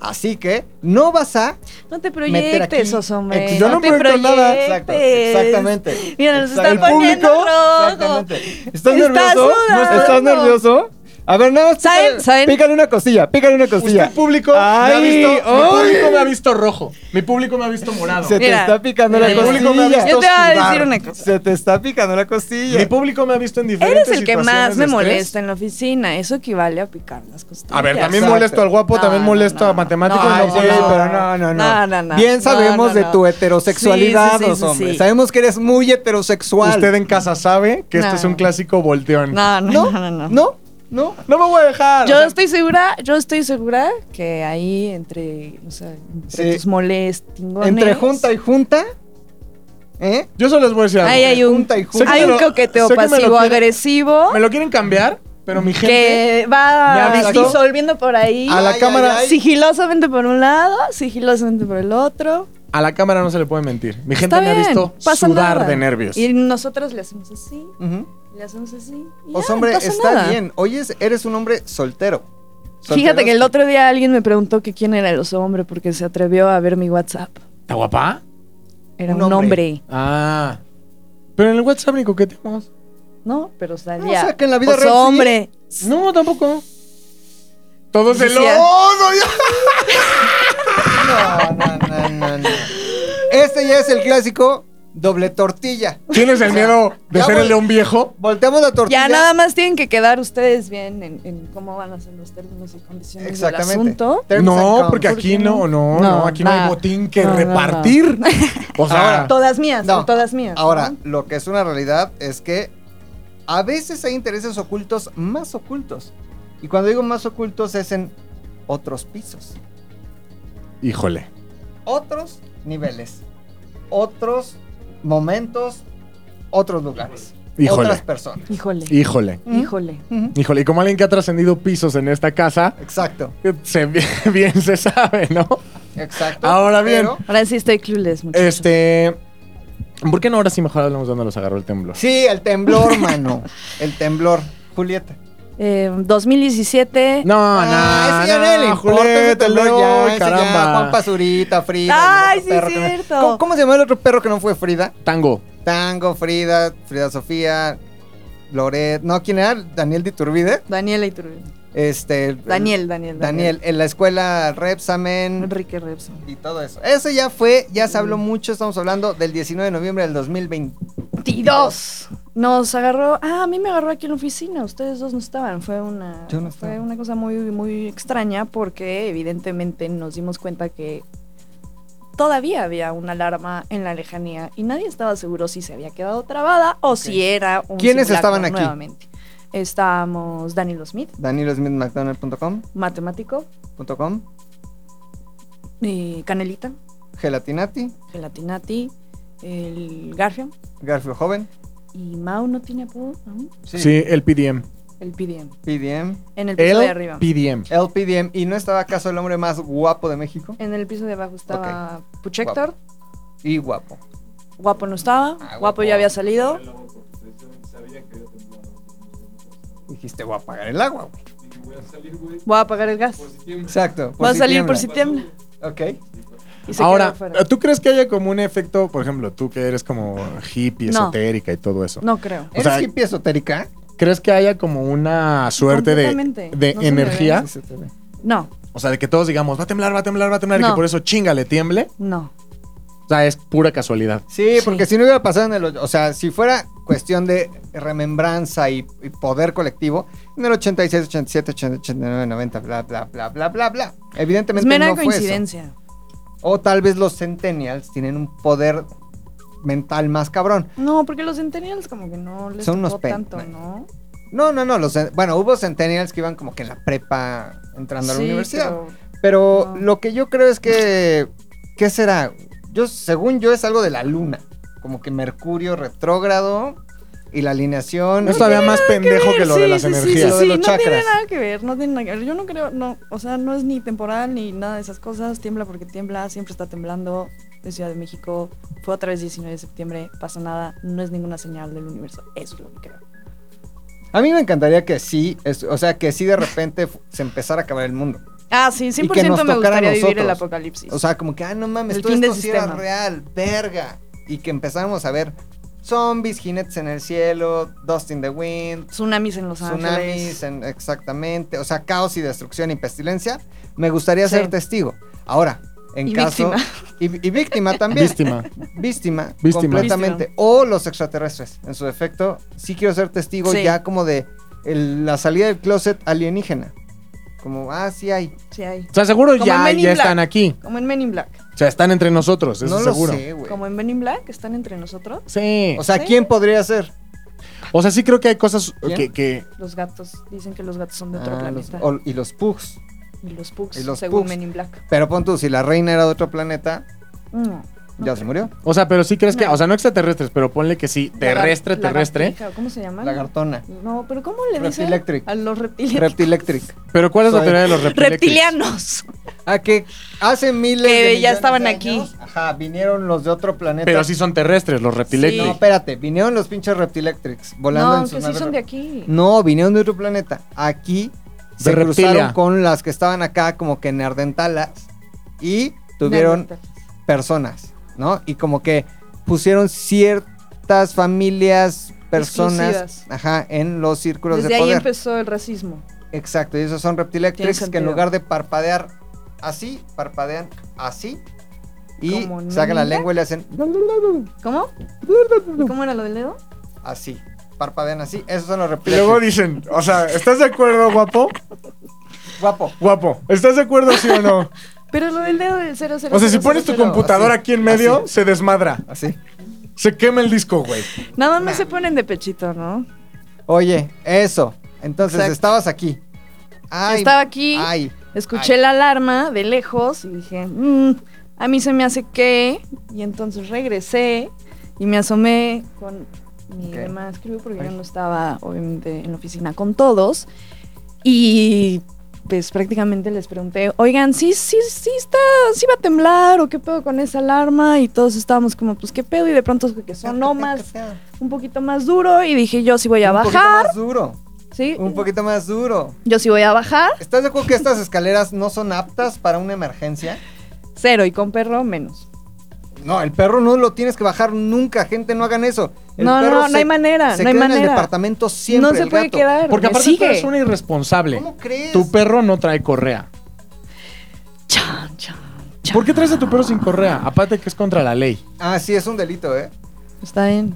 Speaker 3: Así que no vas a...
Speaker 4: No te
Speaker 3: Meter aquí-
Speaker 4: proyectes, oso, hombre.
Speaker 2: Yo no
Speaker 4: te
Speaker 2: proyecto nada.
Speaker 3: Exacto,
Speaker 4: proyectes.
Speaker 3: exactamente.
Speaker 4: Mira, nos
Speaker 3: Exacto.
Speaker 4: está poniendo rojo.
Speaker 3: Exactamente. ¿Estás
Speaker 4: Está
Speaker 3: nervioso?
Speaker 4: sudando.
Speaker 3: ¿Estás nervioso? A ver, nada más.
Speaker 4: ¿Saben?
Speaker 3: pícale-
Speaker 4: ¿Saben?
Speaker 3: Pícale una costilla, pícale una costilla.
Speaker 2: Usted, público,
Speaker 3: Ay,
Speaker 2: me ha visto, mi
Speaker 3: ay.
Speaker 2: público me ha visto rojo. Mi público me ha visto morado.
Speaker 3: Se te
Speaker 4: Mira,
Speaker 3: está picando
Speaker 4: mira,
Speaker 3: la
Speaker 4: mira.
Speaker 3: costilla.
Speaker 2: Público me ha visto
Speaker 4: Yo te voy a
Speaker 2: sudar.
Speaker 4: decir una cosa.
Speaker 3: Se te está picando la costilla.
Speaker 2: Mi público me ha visto en diferentes
Speaker 4: Eres el que
Speaker 2: situaciones
Speaker 4: más
Speaker 2: de
Speaker 4: me
Speaker 2: estrés.
Speaker 4: molesta en la oficina. Eso equivale a picar las costillas.
Speaker 2: A ver, también
Speaker 3: Exacto.
Speaker 2: molesto al guapo,
Speaker 4: No,
Speaker 2: también
Speaker 4: no,
Speaker 2: molesto
Speaker 4: no,
Speaker 2: a
Speaker 4: no.
Speaker 2: matemático.
Speaker 4: No,
Speaker 2: y
Speaker 3: Ay,
Speaker 2: no
Speaker 3: sí,
Speaker 2: puedo.
Speaker 3: pero no, no, no.
Speaker 4: No, no, no.
Speaker 3: Bien
Speaker 4: No,
Speaker 3: sabemos
Speaker 4: no,
Speaker 3: de
Speaker 4: no.
Speaker 3: tu heterosexualidad,
Speaker 4: Sí, sí, sí, sí,
Speaker 3: hombre.
Speaker 4: sí.
Speaker 3: Sabemos que eres muy heterosexual.
Speaker 2: Usted en casa sabe que este
Speaker 4: No.
Speaker 2: es un clásico volteón.
Speaker 4: No, no, no, no. no.
Speaker 3: ¿No? ¿No? No me voy a dejar.
Speaker 4: Yo
Speaker 3: O sea,
Speaker 4: estoy segura, yo estoy segura que ahí entre, o sea, entre
Speaker 3: Sí.
Speaker 4: tus molestingones.
Speaker 3: Entre junta y junta. ¿Eh?
Speaker 2: Yo solo les voy a decir algo.
Speaker 4: Ahí hay un,
Speaker 3: junta y junta.
Speaker 4: hay
Speaker 2: Sé que
Speaker 4: un
Speaker 2: me lo-
Speaker 4: coqueteo
Speaker 2: sé que me lo
Speaker 4: pasivo-agresivo
Speaker 2: Me lo quieren cambiar, pero mi gente.
Speaker 4: que
Speaker 2: ¿Me ha
Speaker 4: va
Speaker 2: visto?
Speaker 4: disolviendo por ahí.
Speaker 2: A la
Speaker 3: Ay,
Speaker 2: cámara.
Speaker 3: ay, ay.
Speaker 4: Sigilosamente por un lado, sigilosamente por el otro.
Speaker 2: A la cámara no se le puede mentir. Mi gente
Speaker 4: Está
Speaker 2: me ha
Speaker 4: bien,
Speaker 2: visto
Speaker 4: pasa
Speaker 2: sudar
Speaker 4: nada.
Speaker 2: de nervios.
Speaker 4: Y nosotros le hacemos así,
Speaker 3: Ujú.
Speaker 4: le hacemos así. y
Speaker 3: O
Speaker 4: ya,
Speaker 3: sea, Pues, hombre,
Speaker 4: no pasa
Speaker 3: está
Speaker 4: nada.
Speaker 3: bien. Oye, es- eres un hombre soltero.
Speaker 4: Fíjate que el
Speaker 3: Solteros-
Speaker 4: otro día alguien me preguntó que quién era el oso hombre porque se atrevió a ver mi WhatsApp.
Speaker 2: ¿Está guapa?
Speaker 4: Era
Speaker 3: Un
Speaker 4: un,
Speaker 3: hombre.
Speaker 4: hombre.
Speaker 2: Ah. Pero en el WhatsApp ni coqueteamos.
Speaker 4: ¿no? Pero
Speaker 3: No,
Speaker 4: salía.
Speaker 3: Ah, o sea, que en la vida
Speaker 4: oso
Speaker 3: real. sí.
Speaker 4: hombre.
Speaker 2: No, tampoco. Todos de
Speaker 4: Decía-
Speaker 2: lo.
Speaker 3: No, no, no, no, no. Este ya es el clásico doble tortilla.
Speaker 2: ¿Tienes el miedo de
Speaker 3: Ya
Speaker 2: ser
Speaker 3: voy.
Speaker 2: el león viejo?
Speaker 3: Volteamos la tortilla.
Speaker 4: Ya nada más tienen que quedar ustedes bien en, en cómo van a ser los términos y condiciones del
Speaker 3: Exactamente.
Speaker 4: asunto.
Speaker 3: Terms and
Speaker 2: No,
Speaker 3: conditions.
Speaker 2: porque
Speaker 4: ¿Por
Speaker 2: aquí
Speaker 4: qué
Speaker 2: no,
Speaker 4: no?
Speaker 2: no, no,
Speaker 4: No,
Speaker 2: aquí no hay
Speaker 4: nada.
Speaker 2: botín que
Speaker 4: No, no, no.
Speaker 2: repartir. O sea,
Speaker 3: Ahora,
Speaker 4: Todas mías,
Speaker 3: Ah. No.
Speaker 4: o todas mías.
Speaker 3: Ahora,
Speaker 4: ¿no?
Speaker 3: lo que es una realidad es que a veces hay intereses ocultos más ocultos. Y cuando digo más ocultos es en otros pisos,
Speaker 2: híjole.
Speaker 3: otros niveles, otros momentos, otros lugares, otras
Speaker 2: Híjole.
Speaker 3: personas.
Speaker 4: Híjole,
Speaker 2: Híjole.
Speaker 4: híjole.
Speaker 3: Ujú.
Speaker 2: Híjole, y como alguien que ha trascendido pisos en esta casa,
Speaker 3: Exacto,
Speaker 2: se, bien, bien se sabe, ¿no?
Speaker 3: exacto.
Speaker 2: Ahora bien.
Speaker 3: Pero-
Speaker 4: Ahora sí estoy clueless, muchachos.
Speaker 2: Este. ¿Por qué no ahora sí mejor hablamos de dónde los agarró el temblor?
Speaker 3: Sí, el temblor, mano. El temblor. Julieta.
Speaker 4: Eh, 2017.
Speaker 2: No, no,
Speaker 3: Ah, ese ya no le
Speaker 2: no,
Speaker 3: importa ese
Speaker 2: Julieta,
Speaker 3: temblor,
Speaker 2: no,
Speaker 3: ya, ese ya,
Speaker 2: caramba.
Speaker 3: Juan Pazurita, Frida.
Speaker 4: Ay,
Speaker 3: el otro
Speaker 4: sí,
Speaker 3: perro que no-
Speaker 4: cierto.
Speaker 3: ¿Cómo- ¿Cómo se llamó el otro perro que no fue Frida?
Speaker 2: Tango.
Speaker 3: Tango, Frida, Frida Sofía, Loret, no, ¿quién era? Daniel Diturbide.
Speaker 4: Daniela Iturbe.
Speaker 3: Este. el-
Speaker 4: Daniel, Daniel,
Speaker 3: Daniel, en la escuela Repsamen
Speaker 4: Enrique Repson.
Speaker 3: y todo eso. Eso ya fue, ya se habló mucho, estamos hablando del 19 de noviembre del 2020.
Speaker 4: 22. Nos agarró. Ah, a mí me agarró aquí en la oficina. Ustedes dos no estaban. Fue una,
Speaker 3: Yo no
Speaker 4: fue
Speaker 3: estaba.
Speaker 4: una cosa muy, muy extraña porque evidentemente nos dimos cuenta que todavía había una alarma en la lejanía y nadie estaba seguro si se había quedado trabada o si era un.
Speaker 3: ¿Quiénes
Speaker 4: simulacro
Speaker 3: estaban aquí?
Speaker 4: Nuevamente. Estábamos Danilo Smith,
Speaker 3: DanielSmithMcDonald.com,
Speaker 4: matemático,
Speaker 3: punto com,
Speaker 4: eh, Canelita,
Speaker 3: Gelatinati,
Speaker 4: Gelatinati, el Garfio
Speaker 3: Garfio Joven.
Speaker 4: y Mau no tiene apodo aún.
Speaker 2: Sí. el PDM.
Speaker 4: El PDM.
Speaker 3: PDM.
Speaker 4: En el piso de
Speaker 2: El
Speaker 4: arriba.
Speaker 2: PDM.
Speaker 3: El PDM. ¿Y no estaba acaso el hombre más guapo de México?
Speaker 4: En el piso de abajo estaba Puchector. Guapo.
Speaker 3: Y guapo.
Speaker 4: no estaba.
Speaker 3: Ah,
Speaker 4: guapo.
Speaker 3: guapo.
Speaker 4: ya había salido.
Speaker 3: Dijiste, voy a apagar el agua, güey.
Speaker 4: Voy a apagar el gas.
Speaker 3: Exacto.
Speaker 4: Va a salir por si
Speaker 3: tiembla.
Speaker 4: tiembla.
Speaker 3: Ok.
Speaker 4: Y se
Speaker 2: Ahora,
Speaker 4: quedó afuera.
Speaker 3: eh,
Speaker 2: ¿tú crees que haya como un efecto, por ejemplo, tú que eres como hippie,
Speaker 4: No.
Speaker 2: esotérica y todo eso?
Speaker 4: No creo.
Speaker 2: O
Speaker 3: ¿Eres
Speaker 2: sea,
Speaker 3: hippie esotérica?
Speaker 2: ¿Crees que haya como una suerte de,
Speaker 4: Completamente.
Speaker 2: de
Speaker 4: No se me
Speaker 2: energía?
Speaker 4: ve.
Speaker 3: Sí, se te ve.
Speaker 4: No,
Speaker 2: O sea, de que todos digamos, va a temblar, va a temblar, va a temblar, y que
Speaker 4: No.
Speaker 2: por eso chinga le tiemble.
Speaker 4: no.
Speaker 2: O sea, es pura casualidad.
Speaker 3: Sí,
Speaker 4: Sí.
Speaker 3: porque si no hubiera pasado en el... och- O sea, si fuera cuestión de remembranza y, y poder colectivo, en el 86, 87, 88, 89, 90, bla, bla, bla, bla, bla, bla.
Speaker 4: Es
Speaker 3: Evidentemente
Speaker 4: mera
Speaker 3: no fue eso.
Speaker 4: coincidencia.
Speaker 3: O tal vez los centennials tienen un poder mental más cabrón.
Speaker 4: No, porque los centennials como que no les
Speaker 3: Son unos
Speaker 4: tocó
Speaker 3: pen-
Speaker 4: tanto, ¿no?
Speaker 3: No, no, no. Los, cen- bueno, hubo centennials que iban como que en la prepa entrando a la
Speaker 4: Sí,
Speaker 3: universidad. Pero,
Speaker 4: pero no.
Speaker 3: lo que yo creo es que... ¿Qué será? Yo, según yo, es algo de la luna. Como que Mercurio retrógrado y Ah, la alineación...
Speaker 2: No es todavía más pendejo
Speaker 4: ver,
Speaker 2: que lo de
Speaker 4: sí,
Speaker 2: las
Speaker 4: sí, sí,
Speaker 2: energías.
Speaker 3: Lo
Speaker 4: Sí,
Speaker 3: de
Speaker 4: sí,
Speaker 3: los
Speaker 4: no
Speaker 3: chakras.
Speaker 4: tiene nada que ver, no tiene nada que ver. Yo no creo, no, o sea, no es ni temporal ni nada de esas cosas. Tiembla porque tiembla, siempre está temblando. De Ciudad de México, fue otra vez 19 de septiembre, pasa nada, no es ninguna señal del universo. Eso es lo que creo.
Speaker 3: A mí me encantaría que sí, es- o sea, que sí de repente fu- se empezara a acabar el mundo.
Speaker 4: Ah, sí,
Speaker 3: Y que nos
Speaker 4: 100% me
Speaker 3: tocara a
Speaker 4: gustaría vivir
Speaker 3: nosotros.
Speaker 4: el apocalipsis.
Speaker 3: O sea, como que, ah, no mames,
Speaker 4: El
Speaker 3: todo
Speaker 4: fin del
Speaker 3: esto sí era
Speaker 4: sistema.
Speaker 3: real, verga. Y que empezáramos a ver zombies, jinetes en el cielo, dust in the wind,
Speaker 4: tsunamis en Los Ángeles.
Speaker 3: tsunamis, en- exactamente. O sea, caos y destrucción y pestilencia. Me gustaría
Speaker 4: Sí.
Speaker 3: ser testigo. Ahora, en
Speaker 4: Y
Speaker 3: caso...
Speaker 4: víctima.
Speaker 3: Y, y víctima también.
Speaker 2: Víctima.
Speaker 3: víctima,
Speaker 2: Víctima.
Speaker 3: completamente. O los extraterrestres, en su defecto. Sí quiero ser testigo
Speaker 4: Sí.
Speaker 3: ya como de el- la salida del closet alienígena. Como, ah, sí hay.
Speaker 2: Pues
Speaker 4: Sí, hay.
Speaker 2: O sea, seguro
Speaker 4: Como en
Speaker 2: ya,
Speaker 4: Men in
Speaker 2: ya están
Speaker 4: Black.
Speaker 2: aquí.
Speaker 4: Como en Men in Black.
Speaker 2: O sea, están entre nosotros, eso
Speaker 3: no lo
Speaker 2: seguro.
Speaker 3: sé, güey.
Speaker 4: Como en Men in Black, están entre nosotros
Speaker 2: Sí.
Speaker 3: O sea,
Speaker 4: Sí.
Speaker 3: ¿quién podría ser?
Speaker 2: O sea, sí creo que hay cosas
Speaker 3: ¿Quién?
Speaker 2: que, que-
Speaker 4: los gatos. Dicen que los gatos son de otro
Speaker 3: Ah, los-
Speaker 4: planeta.
Speaker 3: o- y los pugs.
Speaker 4: y los pugs,
Speaker 3: y los
Speaker 4: según
Speaker 3: pugs.
Speaker 4: Men in Black.
Speaker 3: Pero pon tú, si la reina era de otro planeta,
Speaker 4: No, no
Speaker 3: ya
Speaker 4: creo.
Speaker 3: se murió.
Speaker 2: O sea, pero sí crees que...
Speaker 4: No.
Speaker 2: O sea, no extraterrestres, pero ponle que sí. Terrestre,
Speaker 4: Lagar-
Speaker 2: terrestre.
Speaker 4: lagartija, ¿Cómo se llama?
Speaker 3: Lagartona.
Speaker 4: No, pero ¿cómo le dicen?
Speaker 3: Reptilectric.
Speaker 4: A los reptilianos.
Speaker 3: Reptilectric.
Speaker 2: Pero ¿cuál es la
Speaker 3: Soy-
Speaker 2: teoría de los reptiles?
Speaker 4: reptilianos.
Speaker 3: A Ah, que hace miles
Speaker 4: Que
Speaker 3: de
Speaker 4: ya
Speaker 3: millones
Speaker 4: estaban
Speaker 3: de
Speaker 4: aquí.
Speaker 3: años, Ajá, vinieron los de otro planeta.
Speaker 2: Pero sí son terrestres, los reptilectric.
Speaker 3: No, espérate, vinieron los pinches Reptilectrics volando
Speaker 4: no,
Speaker 3: en sus
Speaker 4: que sí
Speaker 3: naves
Speaker 4: son
Speaker 3: rep-
Speaker 4: de aquí.
Speaker 3: No, vinieron de otro planeta. Aquí
Speaker 2: De
Speaker 3: se
Speaker 2: reptilia.
Speaker 3: cruzaron con las que estaban acá como que neardentalas y tuvieron personas, ¿no? Y como que pusieron ciertas familias, personas,
Speaker 4: Exclusivas.
Speaker 3: ajá, en los círculos
Speaker 4: Desde
Speaker 3: de
Speaker 4: ahí
Speaker 3: poder.
Speaker 4: empezó el racismo.
Speaker 3: Exacto, y esos son
Speaker 4: Tiene
Speaker 3: reptilectrics que en
Speaker 4: sentido.
Speaker 3: lugar de parpadear así, parpadean así y
Speaker 4: Como no
Speaker 3: sacan la
Speaker 4: mira.
Speaker 3: lengua y le hacen
Speaker 4: ¿Cómo? ¿Y ¿Cómo era lo del dedo?
Speaker 3: así, parpadean así, esos son los
Speaker 2: Y luego
Speaker 3: reptilectrics.
Speaker 2: dicen, o sea, ¿estás de acuerdo, guapo?
Speaker 3: Guapo.
Speaker 2: Guapo, ¿estás de acuerdo sí o no?
Speaker 4: Pero lo del dedo del 00.
Speaker 2: O sea, si pones tu computadora
Speaker 3: así,
Speaker 2: aquí en medio,
Speaker 3: así.
Speaker 2: se desmadra.
Speaker 3: Así.
Speaker 2: Se quema el disco, güey.
Speaker 4: Nada más se ponen de pechito, ¿no?
Speaker 3: Oye, eso. Entonces
Speaker 4: Exacto.
Speaker 3: estabas aquí. Ay,
Speaker 4: Estaba aquí,
Speaker 3: Ay,
Speaker 4: escuché la alarma de lejos y dije, "Mm, a mí se me hace que. Y entonces regresé y me asomé con mi
Speaker 3: Ok.
Speaker 4: demás crew porque yo
Speaker 3: Ay.
Speaker 4: no estaba, obviamente, en la oficina con todos. Y pues prácticamente les pregunté, oigan, sí, sí, sí está, sí va a temblar o qué pedo con esa alarma. Y todos estábamos como, pues qué pedo. Y de pronto que sonó más, un poquito más duro y dije, yo sí voy a
Speaker 3: un poquito
Speaker 4: bajar.
Speaker 3: más duro.
Speaker 4: Sí,
Speaker 3: Un poquito más duro.
Speaker 4: yo sí voy a bajar.
Speaker 3: ¿Estás de acuerdo que estas escaleras no son aptas para una emergencia?
Speaker 4: Cero y con perro menos.
Speaker 3: No, el perro no lo tienes que bajar nunca, gente, no hagan eso. El
Speaker 4: No, no,
Speaker 3: perro
Speaker 4: no, no hay manera,
Speaker 3: se
Speaker 4: no hay
Speaker 3: queda en el
Speaker 4: manera.
Speaker 3: departamento siempre.
Speaker 4: no se
Speaker 3: el
Speaker 4: puede
Speaker 3: gato.
Speaker 4: quedar.
Speaker 2: Porque
Speaker 4: me
Speaker 2: aparte tú
Speaker 4: sigue.
Speaker 2: eres una irresponsable.
Speaker 3: ¿Cómo crees?
Speaker 2: Tu perro no trae correa.
Speaker 4: Chan, chan, chan.
Speaker 2: ¿Por qué traes a tu perro sin correa? Aparte que es contra la ley.
Speaker 3: Ah, sí, es un delito, ¿eh?
Speaker 4: Está bien.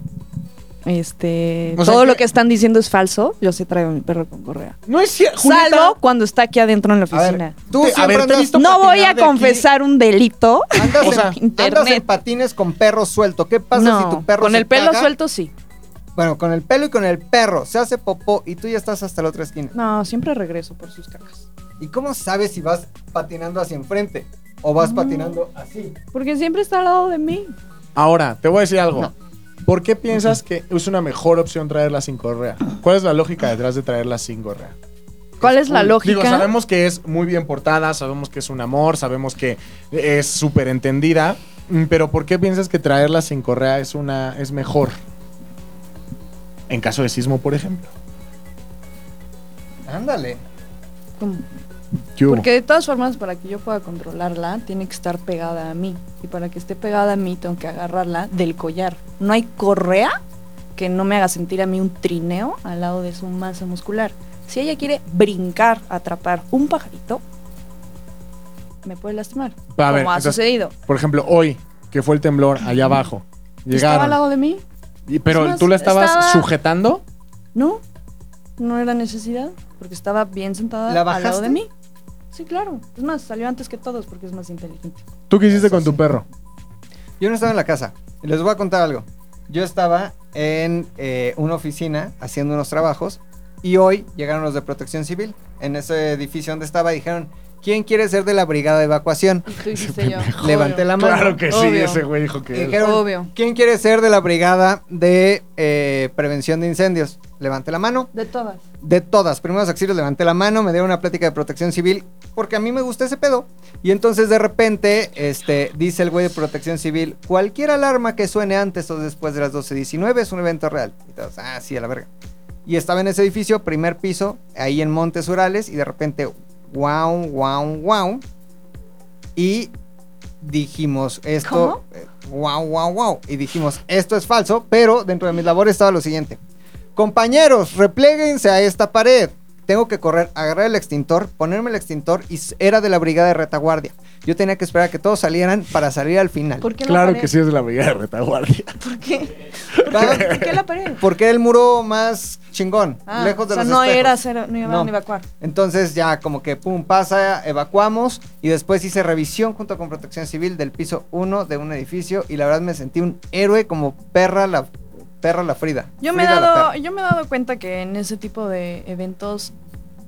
Speaker 4: Este,
Speaker 2: O sea
Speaker 4: todo
Speaker 2: que-
Speaker 4: lo que están diciendo es falso. Yo sí traigo a mi perro con correa.
Speaker 2: No es cierto. Julieta,
Speaker 4: Salvo cuando está aquí adentro en la
Speaker 3: A ver,
Speaker 4: oficina.
Speaker 3: tú
Speaker 2: Te- a
Speaker 3: siempre
Speaker 2: ver, te he
Speaker 3: andas-
Speaker 2: visto
Speaker 4: No voy
Speaker 2: patinar
Speaker 4: a
Speaker 2: de aquí.
Speaker 4: confesar un delito.
Speaker 3: Andas,
Speaker 2: O sea,
Speaker 3: en, andas en
Speaker 4: internet.
Speaker 3: patines con perro suelto. ¿Qué pasa
Speaker 4: no,
Speaker 3: si tu perro
Speaker 4: con
Speaker 3: se
Speaker 4: el pelo
Speaker 3: caga?
Speaker 4: suelto sí.
Speaker 3: Bueno, con el pelo y con el perro. Se hace popó y tú ya estás hasta la otra esquina.
Speaker 4: No, siempre regreso por sus cajas.
Speaker 3: ¿Y cómo sabes si vas patinando hacia enfrente?
Speaker 4: Mm.
Speaker 3: ¿O vas patinando así?
Speaker 4: Porque siempre está al lado de mí.
Speaker 2: Ahora, te voy a decir algo. ¿Por qué piensas que es una mejor opción traerla sin correa? ¿Cuál es la lógica detrás de traerla sin correa?
Speaker 4: ¿Cuál es la lógica?
Speaker 2: Digo, sabemos que es muy bien portada, sabemos que es un amor, sabemos que es súper entendida, mm, pero ¿por qué piensas que traerla sin correa es una es mejor? En caso de sismo, por ejemplo.
Speaker 3: Ándale.
Speaker 4: ¿Cómo?
Speaker 2: ¿Qué hubo?
Speaker 4: Porque de todas formas, para que yo pueda controlarla, tiene que estar pegada a mí. Y para que esté pegada a mí, tengo que agarrarla del collar. No hay correa que no me haga sentir a mí un trineo al lado de su masa muscular. Si ella quiere brincar, atrapar un pajarito, me puede lastimar.
Speaker 2: Va, a ver,
Speaker 4: como ha
Speaker 2: entonces,
Speaker 4: sucedido.
Speaker 2: Por ejemplo, hoy, que fue el temblor allá abajo.
Speaker 4: ¿Estaba al
Speaker 2: Llegaron.
Speaker 4: lado de mí?
Speaker 2: y- pero
Speaker 4: Es más,
Speaker 2: tú la estabas
Speaker 4: estaba-
Speaker 2: sujetando.
Speaker 4: No, no era necesidad, porque estaba bien sentada
Speaker 3: ¿La
Speaker 4: al lado
Speaker 3: bajaste?
Speaker 4: de mí. Sí, claro. Es más, salió antes que todos porque es más inteligente.
Speaker 2: ¿Tú qué hiciste
Speaker 3: Eso
Speaker 2: con tu
Speaker 3: sí.
Speaker 2: perro?
Speaker 3: Yo no estaba en la casa. Y Les voy a contar algo. Yo estaba en eh, una oficina haciendo unos trabajos y hoy llegaron los de protección civil. En ese edificio donde estaba dijeron, ¿quién quiere ser de la brigada de evacuación?
Speaker 4: Y tú dijiste yo.
Speaker 3: Levanté la mano.
Speaker 4: Obvio.
Speaker 2: güey dijo
Speaker 3: Y
Speaker 2: él.
Speaker 3: dijeron,
Speaker 4: Obvio.
Speaker 3: ¿quién quiere ser de la brigada de eh, prevención de incendios? Levanté la mano.
Speaker 4: De todas.
Speaker 3: de todas. Primeros auxilios, levanté la mano, me dieron una plática de protección civil, porque a mí me gusta ese pedo. Y entonces de repente, este, dice el güey de protección civil, cualquier alarma que suene antes o después de las 12.19 es un evento real. Y todos, ah, sí, a la verga. Y estaba en ese edificio, primer piso, ahí en Montes Urales, y de repente, wow, wow, wow. Y dijimos esto, eh, wow, wow, wow. Y dijimos, esto es falso, pero dentro de mis labores estaba lo siguiente. Compañeros, repléguense a esta pared. Tengo que correr, agarrar el extintor, ponerme el extintor y s- era de la brigada de retaguardia. Yo tenía que esperar a que todos salieran para salir al final.
Speaker 4: ¿Por qué la
Speaker 2: Claro
Speaker 4: pared?
Speaker 2: que sí es de la brigada de retaguardia.
Speaker 4: ¿Por qué?
Speaker 3: Cada-
Speaker 4: ¿Por qué la pared?
Speaker 3: Porque era el muro más chingón,
Speaker 4: Ah,
Speaker 3: lejos de
Speaker 4: o sea,
Speaker 3: los
Speaker 4: no
Speaker 3: espejos.
Speaker 4: era cero, no iban
Speaker 3: No.
Speaker 4: a evacuar.
Speaker 3: Entonces ya como que pum, pasa, evacuamos y después hice revisión junto con Protección Civil del piso 1 de un edificio y la verdad me sentí un héroe como perra la perra la Frida.
Speaker 4: Yo me, he
Speaker 3: Frida la
Speaker 4: dado,
Speaker 3: perra.
Speaker 4: yo me he dado cuenta que en ese tipo de eventos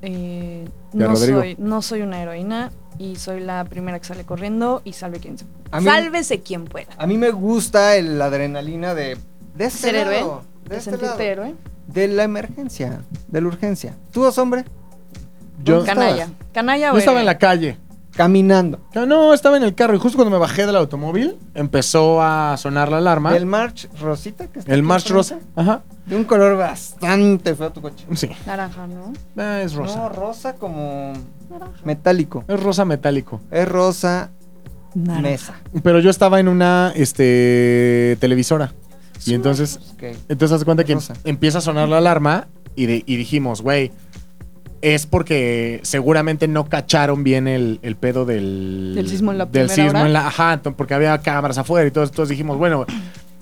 Speaker 4: eh,
Speaker 2: Ya,
Speaker 4: no,
Speaker 2: Rodrigo.
Speaker 4: soy, no soy una heroína y soy la primera que sale corriendo y salve quien se
Speaker 3: A mí-
Speaker 4: Sálvese quien pueda.
Speaker 3: A mí me gusta el- la adrenalina de de este
Speaker 4: Ser
Speaker 3: lado,
Speaker 4: héroe,
Speaker 3: de,
Speaker 4: De
Speaker 3: este
Speaker 4: sentirte
Speaker 3: lado,
Speaker 4: héroe.
Speaker 3: de la emergencia, de la urgencia. ¿Tú, dos hombre?
Speaker 2: Yo,
Speaker 3: Nunca.
Speaker 4: Canalla. Canalla o
Speaker 2: yo estaba
Speaker 4: héroe.
Speaker 2: en la calle.
Speaker 3: Caminando.
Speaker 2: No, No, estaba en el carro y justo cuando me bajé del automóvil empezó a sonar la alarma.
Speaker 3: El March Rosita que está
Speaker 2: El
Speaker 3: aquí
Speaker 2: March
Speaker 3: enfrente,
Speaker 2: Rosa. Ajá.
Speaker 3: De un color bastante feo tu coche.
Speaker 2: Sí.
Speaker 4: Naranja, ¿no?
Speaker 2: Ah, es rosa.
Speaker 3: No, rosa como
Speaker 4: Naranja.
Speaker 3: metálico.
Speaker 2: Es rosa metálico.
Speaker 3: Es rosa mesa.
Speaker 2: Pero yo estaba en una este, televisora. Y entonces,
Speaker 3: Ok.
Speaker 2: entonces haz de cuenta que
Speaker 3: Rosa.
Speaker 2: empieza a sonar la alarma y, de- y dijimos, güey, es porque seguramente no cacharon bien el, el pedo del...
Speaker 4: Del sismo en la
Speaker 2: del
Speaker 4: primera
Speaker 2: sismo
Speaker 4: hora.
Speaker 2: en la- Ajá, ento- porque había cámaras afuera y todos, todos dijimos, bueno,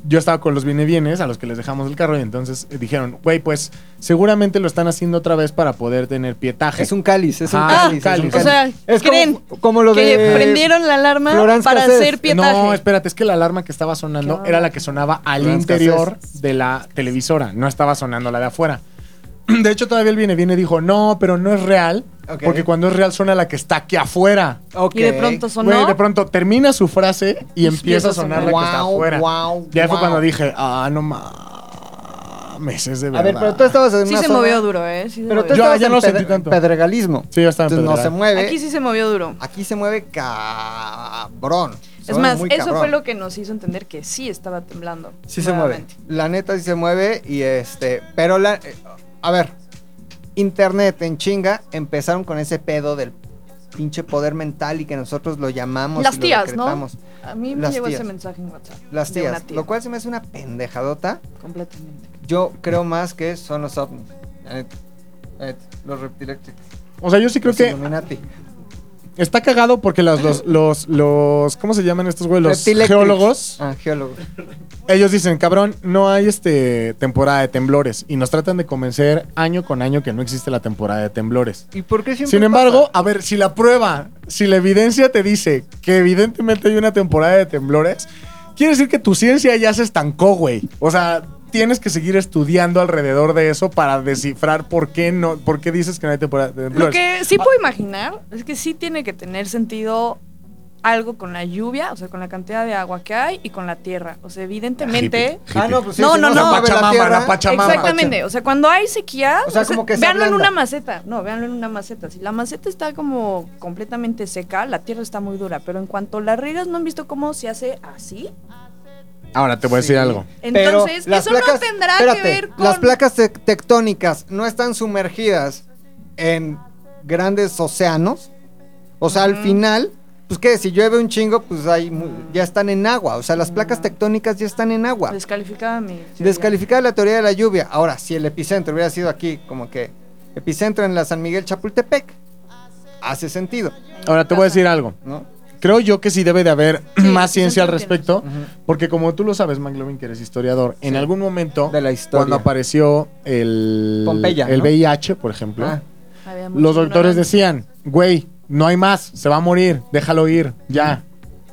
Speaker 2: yo estaba con los bienes a los que les dejamos el carro y entonces eh, dijeron, güey, pues seguramente lo están haciendo otra vez para poder tener pietaje.
Speaker 3: Es un cáliz, es un
Speaker 2: Ah,
Speaker 3: cáliz.
Speaker 2: cáliz.
Speaker 3: es un
Speaker 4: O sea,
Speaker 3: Es como-
Speaker 4: creen
Speaker 3: como, lo
Speaker 4: que
Speaker 3: de.
Speaker 4: prendieron la alarma
Speaker 3: Florence
Speaker 4: para
Speaker 3: Cassés.
Speaker 4: hacer pietaje.
Speaker 2: No, espérate, es que la alarma que estaba sonando
Speaker 4: Claro.
Speaker 2: era la que sonaba al
Speaker 3: Las
Speaker 2: interior de la televisora, no estaba sonando la de afuera. De hecho, todavía él viene, viene y dijo, no, pero no es real,
Speaker 3: Ok.
Speaker 2: porque cuando es real suena la que está aquí afuera.
Speaker 3: Ok.
Speaker 4: Y de pronto sonó.
Speaker 2: Güey, de pronto termina su frase y empieza a sonar la que está
Speaker 3: Guau,
Speaker 2: afuera.
Speaker 3: guau,
Speaker 2: Ya fue
Speaker 3: guau.
Speaker 2: cuando dije, ah, no mames, es de
Speaker 3: A
Speaker 2: verdad.
Speaker 3: ver, pero tú estabas en
Speaker 4: sí
Speaker 3: una
Speaker 4: se
Speaker 3: zona-
Speaker 4: movió duro, ¿eh? Sí se
Speaker 3: Pero tú
Speaker 4: movió.
Speaker 2: Yo
Speaker 3: estabas
Speaker 2: allá
Speaker 3: en
Speaker 2: no sentí
Speaker 3: pedre-
Speaker 2: tanto.
Speaker 3: pedregalismo.
Speaker 2: Sí, yo estaba en
Speaker 3: Entonces no
Speaker 2: Pedregal.
Speaker 3: se mueve.
Speaker 4: Aquí sí se movió duro.
Speaker 3: Aquí se mueve cabrón.
Speaker 4: Es más, eso fue lo que nos hizo entender que sí estaba temblando.
Speaker 3: Sí se mueve.
Speaker 4: nuevamente.
Speaker 3: La neta sí se mueve y este. Pero la. eh, A ver. Internet en chinga empezaron con ese pedo del pinche poder mental y que nosotros lo llamamos.
Speaker 4: Las
Speaker 3: y lo
Speaker 4: tías, ¿no?
Speaker 3: decretamos.
Speaker 4: A mí me
Speaker 3: Las
Speaker 4: llegó
Speaker 3: tías.
Speaker 4: ese mensaje en WhatsApp.
Speaker 3: Las
Speaker 4: de una
Speaker 3: tías. Lo cual se me hace una pendejadota.
Speaker 4: Completamente.
Speaker 3: Yo creo más que son los ovnis. La neta. La neta. Los reptiléctricos.
Speaker 2: O sea, yo sí creo
Speaker 3: Los
Speaker 2: que
Speaker 3: Illuminati.
Speaker 2: está cagado porque los, los, los, los- ¿cómo se llaman estos güey? Los
Speaker 3: Reptiléctricos.
Speaker 2: geólogos.
Speaker 3: Ah, geólogos.
Speaker 2: Ellos dicen, cabrón, no hay este temporada de temblores y nos tratan de convencer año con año que no existe la temporada de temblores.
Speaker 3: ¿Y por qué siempre
Speaker 2: Sin embargo,
Speaker 3: pasa?
Speaker 2: a ver, si la prueba, si la evidencia te dice que evidentemente hay una temporada de temblores, quiere decir que tu ciencia ya se estancó, güey. O sea, tienes que seguir estudiando alrededor de eso para descifrar por qué no, por qué dices que no hay temporada de
Speaker 4: Lo
Speaker 2: temblores.
Speaker 4: que sí puedo imaginar es que sí tiene que tener sentido algo con la lluvia, o sea, con la cantidad de agua que hay y con la tierra. O sea, evidentemente.
Speaker 2: Hippie.
Speaker 3: Ah, no, pues sí,
Speaker 4: No,
Speaker 3: si
Speaker 4: no,
Speaker 3: se
Speaker 4: no.
Speaker 3: mueve la
Speaker 2: Pachamama,
Speaker 3: tierra,
Speaker 2: la Pachamama.
Speaker 4: Exactamente, o sea, cuando hay sequía,
Speaker 3: O sea, como que se
Speaker 4: véanlo en
Speaker 3: ablanda.
Speaker 4: una maceta, no, véanlo en una maceta. Si la maceta está como completamente seca, la tierra está muy dura, pero en cuanto la riegas, ¿no han visto cómo se hace así?
Speaker 2: Ahora te voy a decir
Speaker 3: Sí.
Speaker 2: algo.
Speaker 3: Pero
Speaker 4: Entonces,
Speaker 3: las
Speaker 4: eso no
Speaker 3: placas-
Speaker 4: tendrá
Speaker 3: espérate,
Speaker 4: que ver con...
Speaker 3: Las placas tec- tectónicas no están sumergidas en grandes océanos. O sea, al
Speaker 4: Ujú.
Speaker 3: final, pues qué, si llueve un chingo, pues ahí mu- ya están en agua. O sea, las placas tectónicas ya están en agua.
Speaker 4: Descalificada mi... teoría.
Speaker 3: Descalificada la teoría de la lluvia. Ahora, si el epicentro hubiera sido aquí, como que epicentro en la San Miguel Chapultepec, hace sentido,
Speaker 2: Ahora te voy a decir algo.
Speaker 3: ¿no?
Speaker 2: Creo yo que sí debe de haber
Speaker 4: Sí,
Speaker 2: más
Speaker 4: sí,
Speaker 2: ciencia al
Speaker 4: sí, entiendo.
Speaker 2: respecto, porque como tú lo sabes, McLovin, que eres historiador, en algún momento,
Speaker 3: De la historia.
Speaker 2: cuando apareció el,
Speaker 3: Pompeya,
Speaker 2: el
Speaker 3: ¿no?
Speaker 2: VIH, por ejemplo,
Speaker 3: Ah,
Speaker 4: Había mucha
Speaker 2: los doctores
Speaker 4: ignorancia.
Speaker 2: decían, güey, no hay más, se va a morir, déjalo ir, ya,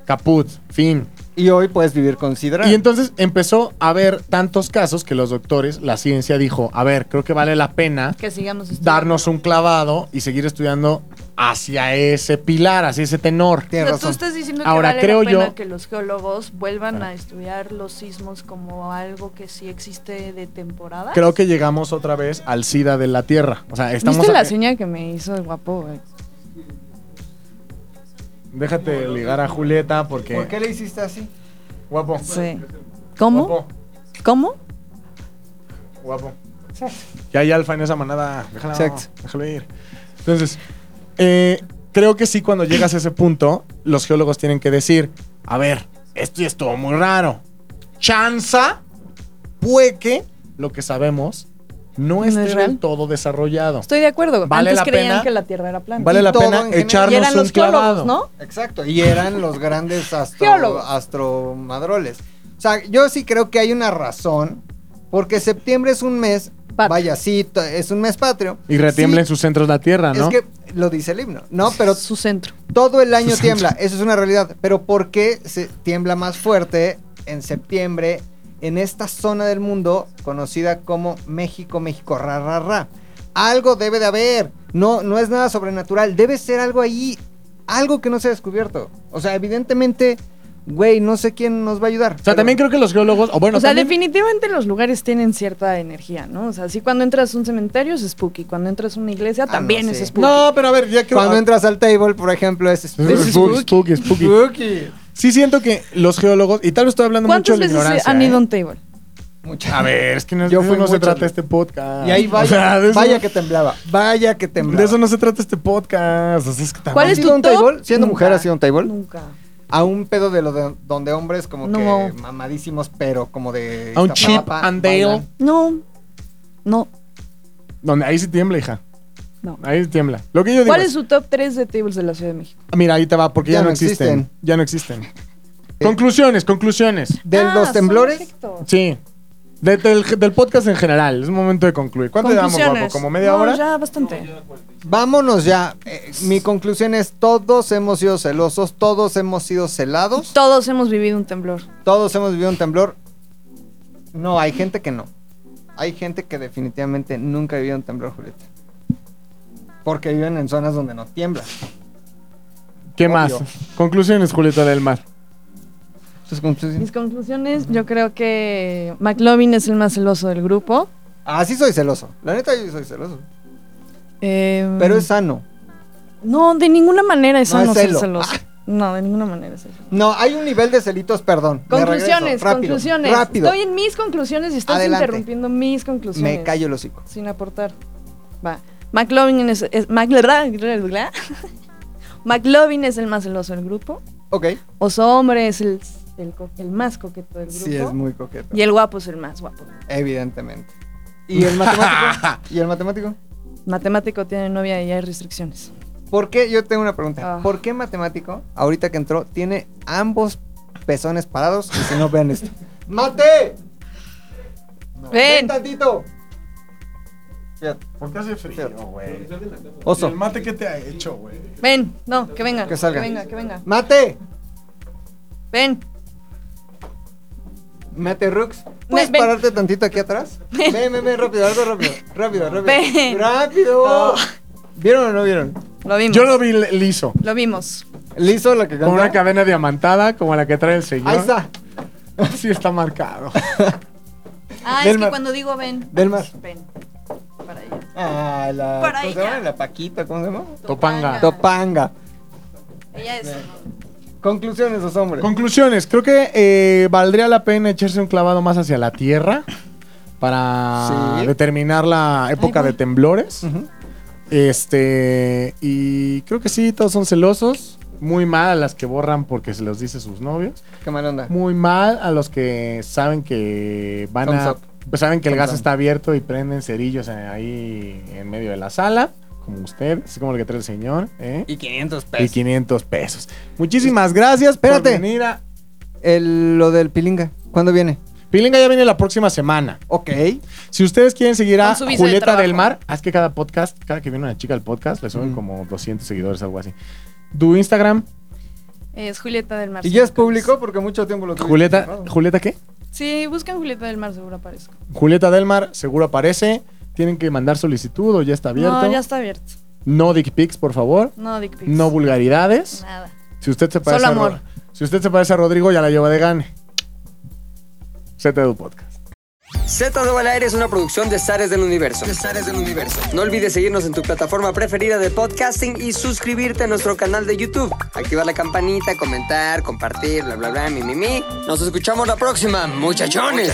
Speaker 2: caput, fin.
Speaker 3: y hoy puedes vivir considerable.
Speaker 2: Y entonces empezó a haber tantos casos que los doctores, la ciencia dijo, a ver, creo que vale la pena
Speaker 4: Que sigamos estudiando.
Speaker 2: darnos un clavado y seguir estudiando hacia ese pilar, hacia ese tenor.
Speaker 3: Tienes
Speaker 4: Pero tú
Speaker 3: razón.
Speaker 4: estás diciendo
Speaker 2: Ahora,
Speaker 4: que vale
Speaker 2: creo
Speaker 4: la pena
Speaker 2: yo-
Speaker 4: que los geólogos vuelvan a estudiar los sismos como algo que sí existe de temporada.
Speaker 2: Creo que llegamos otra vez al SIDA de la Tierra. O sea, estamos...
Speaker 4: ¿Viste la
Speaker 2: eh,
Speaker 4: señal que me hizo el guapo? güey?
Speaker 2: Déjate ligar a Julieta porque...
Speaker 3: ¿Por qué le hiciste así?
Speaker 2: Guapo.
Speaker 4: Sí. ¿Cómo?
Speaker 2: Guapo.
Speaker 4: ¿Cómo?
Speaker 2: Guapo. Ya hay alfa en esa manada. Déjala,
Speaker 3: Exacto.
Speaker 2: déjalo ir. Entonces, eh, creo que sí, cuando llegas a ese punto, los geólogos tienen que decir: A ver, esto ya estuvo muy raro. Chanza, puede que lo que sabemos no,
Speaker 4: No
Speaker 2: esté
Speaker 4: es real.
Speaker 2: del todo desarrollado.
Speaker 4: Estoy de acuerdo.
Speaker 2: Vale
Speaker 4: Antes
Speaker 2: la
Speaker 4: creían
Speaker 2: pena.
Speaker 4: que la Tierra era plana.
Speaker 2: Vale
Speaker 3: Y
Speaker 2: la
Speaker 3: todo en
Speaker 2: pena
Speaker 3: general.
Speaker 4: y
Speaker 2: echarnos
Speaker 4: eran
Speaker 2: un
Speaker 4: los
Speaker 2: clavado.
Speaker 4: geólogos, ¿no?
Speaker 3: Exacto, y eran los grandes astro,
Speaker 4: Geólogos.
Speaker 3: astromadroles. O sea, yo sí creo que hay una razón, porque septiembre es un mes,
Speaker 4: Patrio.
Speaker 3: vaya, sí, to- es un mes patrio.
Speaker 2: Y retiembla en
Speaker 3: Sí,
Speaker 2: sus centros la tierra, ¿no?
Speaker 3: Es que lo dice el himno, ¿no? Pero
Speaker 4: Su centro.
Speaker 3: todo el año
Speaker 2: Exacto.
Speaker 3: tiembla, eso es una realidad. Pero ¿por qué se tiembla más fuerte en septiembre en esta zona del mundo conocida como México, México, ra, ra, ra? Algo debe de haber, no, no es nada sobrenatural, debe ser algo ahí, algo que no se ha descubierto. O sea, evidentemente, güey, no sé quién nos va a ayudar.
Speaker 2: o sea, también creo que los geólogos. O bueno,
Speaker 4: o sea,
Speaker 2: también-
Speaker 4: definitivamente los lugares tienen cierta energía, ¿no? O sea, sí, cuando entras a un cementerio es spooky, cuando entras a una iglesia
Speaker 3: no,
Speaker 4: también
Speaker 3: sí.
Speaker 4: es spooky.
Speaker 2: No, pero a ver, ya que.
Speaker 3: Cuando entras al table, por ejemplo, es...
Speaker 2: Spooky, spooky, spooky.
Speaker 3: Spooky.
Speaker 2: Sí, siento que los geólogos. Y tal vez estoy hablando mucho
Speaker 4: ¿Cuántas
Speaker 2: de la
Speaker 4: veces
Speaker 2: ignorancia.
Speaker 4: han ido a
Speaker 2: ¿eh?
Speaker 4: un table?
Speaker 3: Mucha-
Speaker 2: A ver, es que no, es-
Speaker 3: Yo
Speaker 2: de eso
Speaker 3: fui
Speaker 2: no se
Speaker 3: mucho,
Speaker 2: trata
Speaker 3: yo.
Speaker 2: este podcast.
Speaker 3: Y ahí vaya,
Speaker 2: O sea, de eso,
Speaker 3: vaya que temblaba, vaya que temblaba.
Speaker 2: de eso no se trata este podcast. O sea, es que
Speaker 4: ¿Cuál
Speaker 2: también-
Speaker 3: ¿Has
Speaker 4: es
Speaker 3: ido
Speaker 4: tu
Speaker 3: a un
Speaker 4: top?
Speaker 3: table? Siendo mujer,
Speaker 4: Nunca.
Speaker 3: ¿has ido a un table?
Speaker 4: Nunca.
Speaker 3: a un pedo de lo de- donde hombres como
Speaker 4: No.
Speaker 3: que mamadísimos, pero como de
Speaker 2: A un chip
Speaker 3: Iztapalapa,
Speaker 2: and dale.
Speaker 3: bailan.
Speaker 4: No. No.
Speaker 2: Donde ahí sí tiembla, hija.
Speaker 4: No.
Speaker 2: Ahí sí tiembla. Lo que yo digo.
Speaker 4: ¿Cuál es su top 3 de tables de la Ciudad de México?
Speaker 2: Mira, ahí te va, porque ya, no existen. Ya no existen. Conclusiones, conclusiones.
Speaker 3: De
Speaker 4: Ah,
Speaker 3: los
Speaker 4: son
Speaker 3: temblores,
Speaker 4: perfectos.
Speaker 2: Sí. De- del, del podcast en general. Es momento de concluir. ¿Cuánto llevamos, guapo?
Speaker 4: Conclusiones.
Speaker 2: ¿Como media
Speaker 4: No,
Speaker 2: hora?
Speaker 4: Ya, bastante.
Speaker 3: vámonos ya. Eh, mi conclusión es: todos hemos sido celosos, todos hemos sido celados,
Speaker 4: Todos hemos vivido un temblor.
Speaker 3: todos hemos vivido un temblor. No, hay gente que no. Hay gente que definitivamente nunca vivió un temblor, Julieta. Porque viven en zonas donde no tiembla.
Speaker 2: ¿Qué
Speaker 3: Obvio.
Speaker 2: más? Conclusiones, Julieta del Mar.
Speaker 3: Sus conclusiones.
Speaker 4: Mis conclusiones, yo creo que McLovin es el más celoso del grupo.
Speaker 3: Ah, sí soy celoso. La neta, yo soy celoso.
Speaker 4: Eh,
Speaker 3: Pero es sano.
Speaker 4: No, de ninguna manera es
Speaker 3: No es
Speaker 4: sano ser
Speaker 3: celo.
Speaker 4: celoso.
Speaker 2: Ah.
Speaker 4: No, de ninguna manera es eso.
Speaker 3: No, hay un nivel de celitos, perdón. Me regreso.
Speaker 4: Conclusiones,
Speaker 3: Rápido,
Speaker 4: conclusiones.
Speaker 3: Rápido.
Speaker 4: Estoy en mis conclusiones y estás
Speaker 3: Adelante.
Speaker 4: interrumpiendo mis conclusiones.
Speaker 3: Me callo el hocico.
Speaker 4: Sin aportar. Va. McLovin es, es- McLovin McLovin es el más celoso del grupo.
Speaker 3: Ok.
Speaker 4: Oso Hombre es el, el co- el más coqueto del grupo.
Speaker 3: Sí, es muy coqueto.
Speaker 4: Y el guapo es el más guapo.
Speaker 3: Evidentemente. ¿Y el matemático? ¿Y el matemático?
Speaker 4: Matemático tiene novia y hay restricciones.
Speaker 3: ¿Por qué? Yo tengo una pregunta.
Speaker 4: Ah.
Speaker 3: ¿Por qué matemático, ahorita que entró, tiene ambos pezones parados? Y si no, vean esto. ¡Mate! No,
Speaker 4: Ven.
Speaker 3: tantito! Fíjate,
Speaker 2: ¿Por qué hace frío,
Speaker 3: Fíjate.
Speaker 2: güey?
Speaker 3: Oso.
Speaker 2: ¿El mate qué te ha hecho, güey?
Speaker 4: Ven, no, que venga.
Speaker 3: Que salga.
Speaker 4: venga, que venga.
Speaker 3: ¡Mate!
Speaker 4: Ven.
Speaker 3: Mate Rux. ¿Puedes
Speaker 4: ven.
Speaker 3: pararte tantito aquí atrás? Ven, ven, ven, rápido, algo rápido. Rápido, rápido.
Speaker 4: Ven.
Speaker 3: ¡Rápido!
Speaker 4: No.
Speaker 3: ¿Vieron o no vieron?
Speaker 4: Lo vimos.
Speaker 2: Yo lo vi li- liso.
Speaker 4: Lo vimos.
Speaker 3: ¿Listo la que
Speaker 2: Con una
Speaker 3: canta?
Speaker 2: cadena diamantada como la que trae el señor.
Speaker 3: Ahí está.
Speaker 2: Sí está marcado.
Speaker 4: Ah, es
Speaker 3: Delmar.
Speaker 4: que cuando digo ven.
Speaker 3: Delmar.
Speaker 4: pues, Ven. Para allá.
Speaker 3: Ah, la.
Speaker 4: Para
Speaker 3: ¿Cómo se
Speaker 4: ella.
Speaker 3: llama? La Paquita, ¿cómo se llama?
Speaker 2: Topanga.
Speaker 3: Topanga.
Speaker 4: Ella es.
Speaker 3: Conclusiones, los hombres.
Speaker 2: Conclusiones. Creo que eh, valdría la pena echarse un clavado más hacia la tierra para
Speaker 3: Sí.
Speaker 2: determinar la época
Speaker 4: Ahí voy.
Speaker 2: de temblores.
Speaker 3: Ujú.
Speaker 2: Este, y creo que sí, todos son celosos. Muy mal a las que borran porque se los dice sus novios.
Speaker 3: Qué mala onda.
Speaker 2: Muy mal a los que saben que van
Speaker 3: Thumbs
Speaker 2: a.
Speaker 3: up.
Speaker 2: pues saben que el
Speaker 3: Thumbs
Speaker 2: gas
Speaker 3: down.
Speaker 2: está abierto y prenden cerillos en- ahí en medio de la sala, como usted, así como lo que trae el señor. ¿eh?
Speaker 3: Y 500
Speaker 2: Y
Speaker 3: pesos.
Speaker 2: 500 pesos. Muchísimas gracias. por
Speaker 3: Espérate.
Speaker 2: venir a-
Speaker 3: El, lo del pilinga. ¿Cuándo viene?
Speaker 2: Pilinga ya viene la próxima semana.
Speaker 3: Ok.
Speaker 2: Si ustedes quieren seguir a
Speaker 4: Con su visa de
Speaker 2: Julieta
Speaker 4: trabajo.
Speaker 2: del Mar, haz que cada podcast, cada que viene una chica al podcast, le suben
Speaker 3: Ujú.
Speaker 2: como 200 seguidores, algo así. Tu Instagram,
Speaker 4: Es Julieta del Mar.
Speaker 3: Y ya es
Speaker 4: Seguro.
Speaker 3: público porque mucho tiempo lo tuviste
Speaker 2: Julieta,
Speaker 3: cerrado.
Speaker 2: ¿Julieta qué?
Speaker 4: Sí, buscan Julieta del Mar, seguro aparezco.
Speaker 2: Julieta del Mar, seguro aparece. Tienen que mandar solicitud o ya está abierto.
Speaker 4: No, ya está abierto.
Speaker 2: No dick pics, por favor.
Speaker 4: No, Dick pics.
Speaker 2: No vulgaridades.
Speaker 4: Nada.
Speaker 2: Si usted se parece
Speaker 4: Solo
Speaker 2: a Ro-
Speaker 4: amor.
Speaker 2: Si usted se parece a Rodrigo, ya la lleva de gane. ZDU Podcast.
Speaker 1: Z2 al aire es una producción de Zares del Universo. del Universo. No olvides seguirnos en tu plataforma preferida de podcasting y suscribirte a nuestro canal de YouTube. Activar la campanita, comentar, compartir, bla, bla, bla, mi, mi, mi. Nos escuchamos la próxima, muchachones.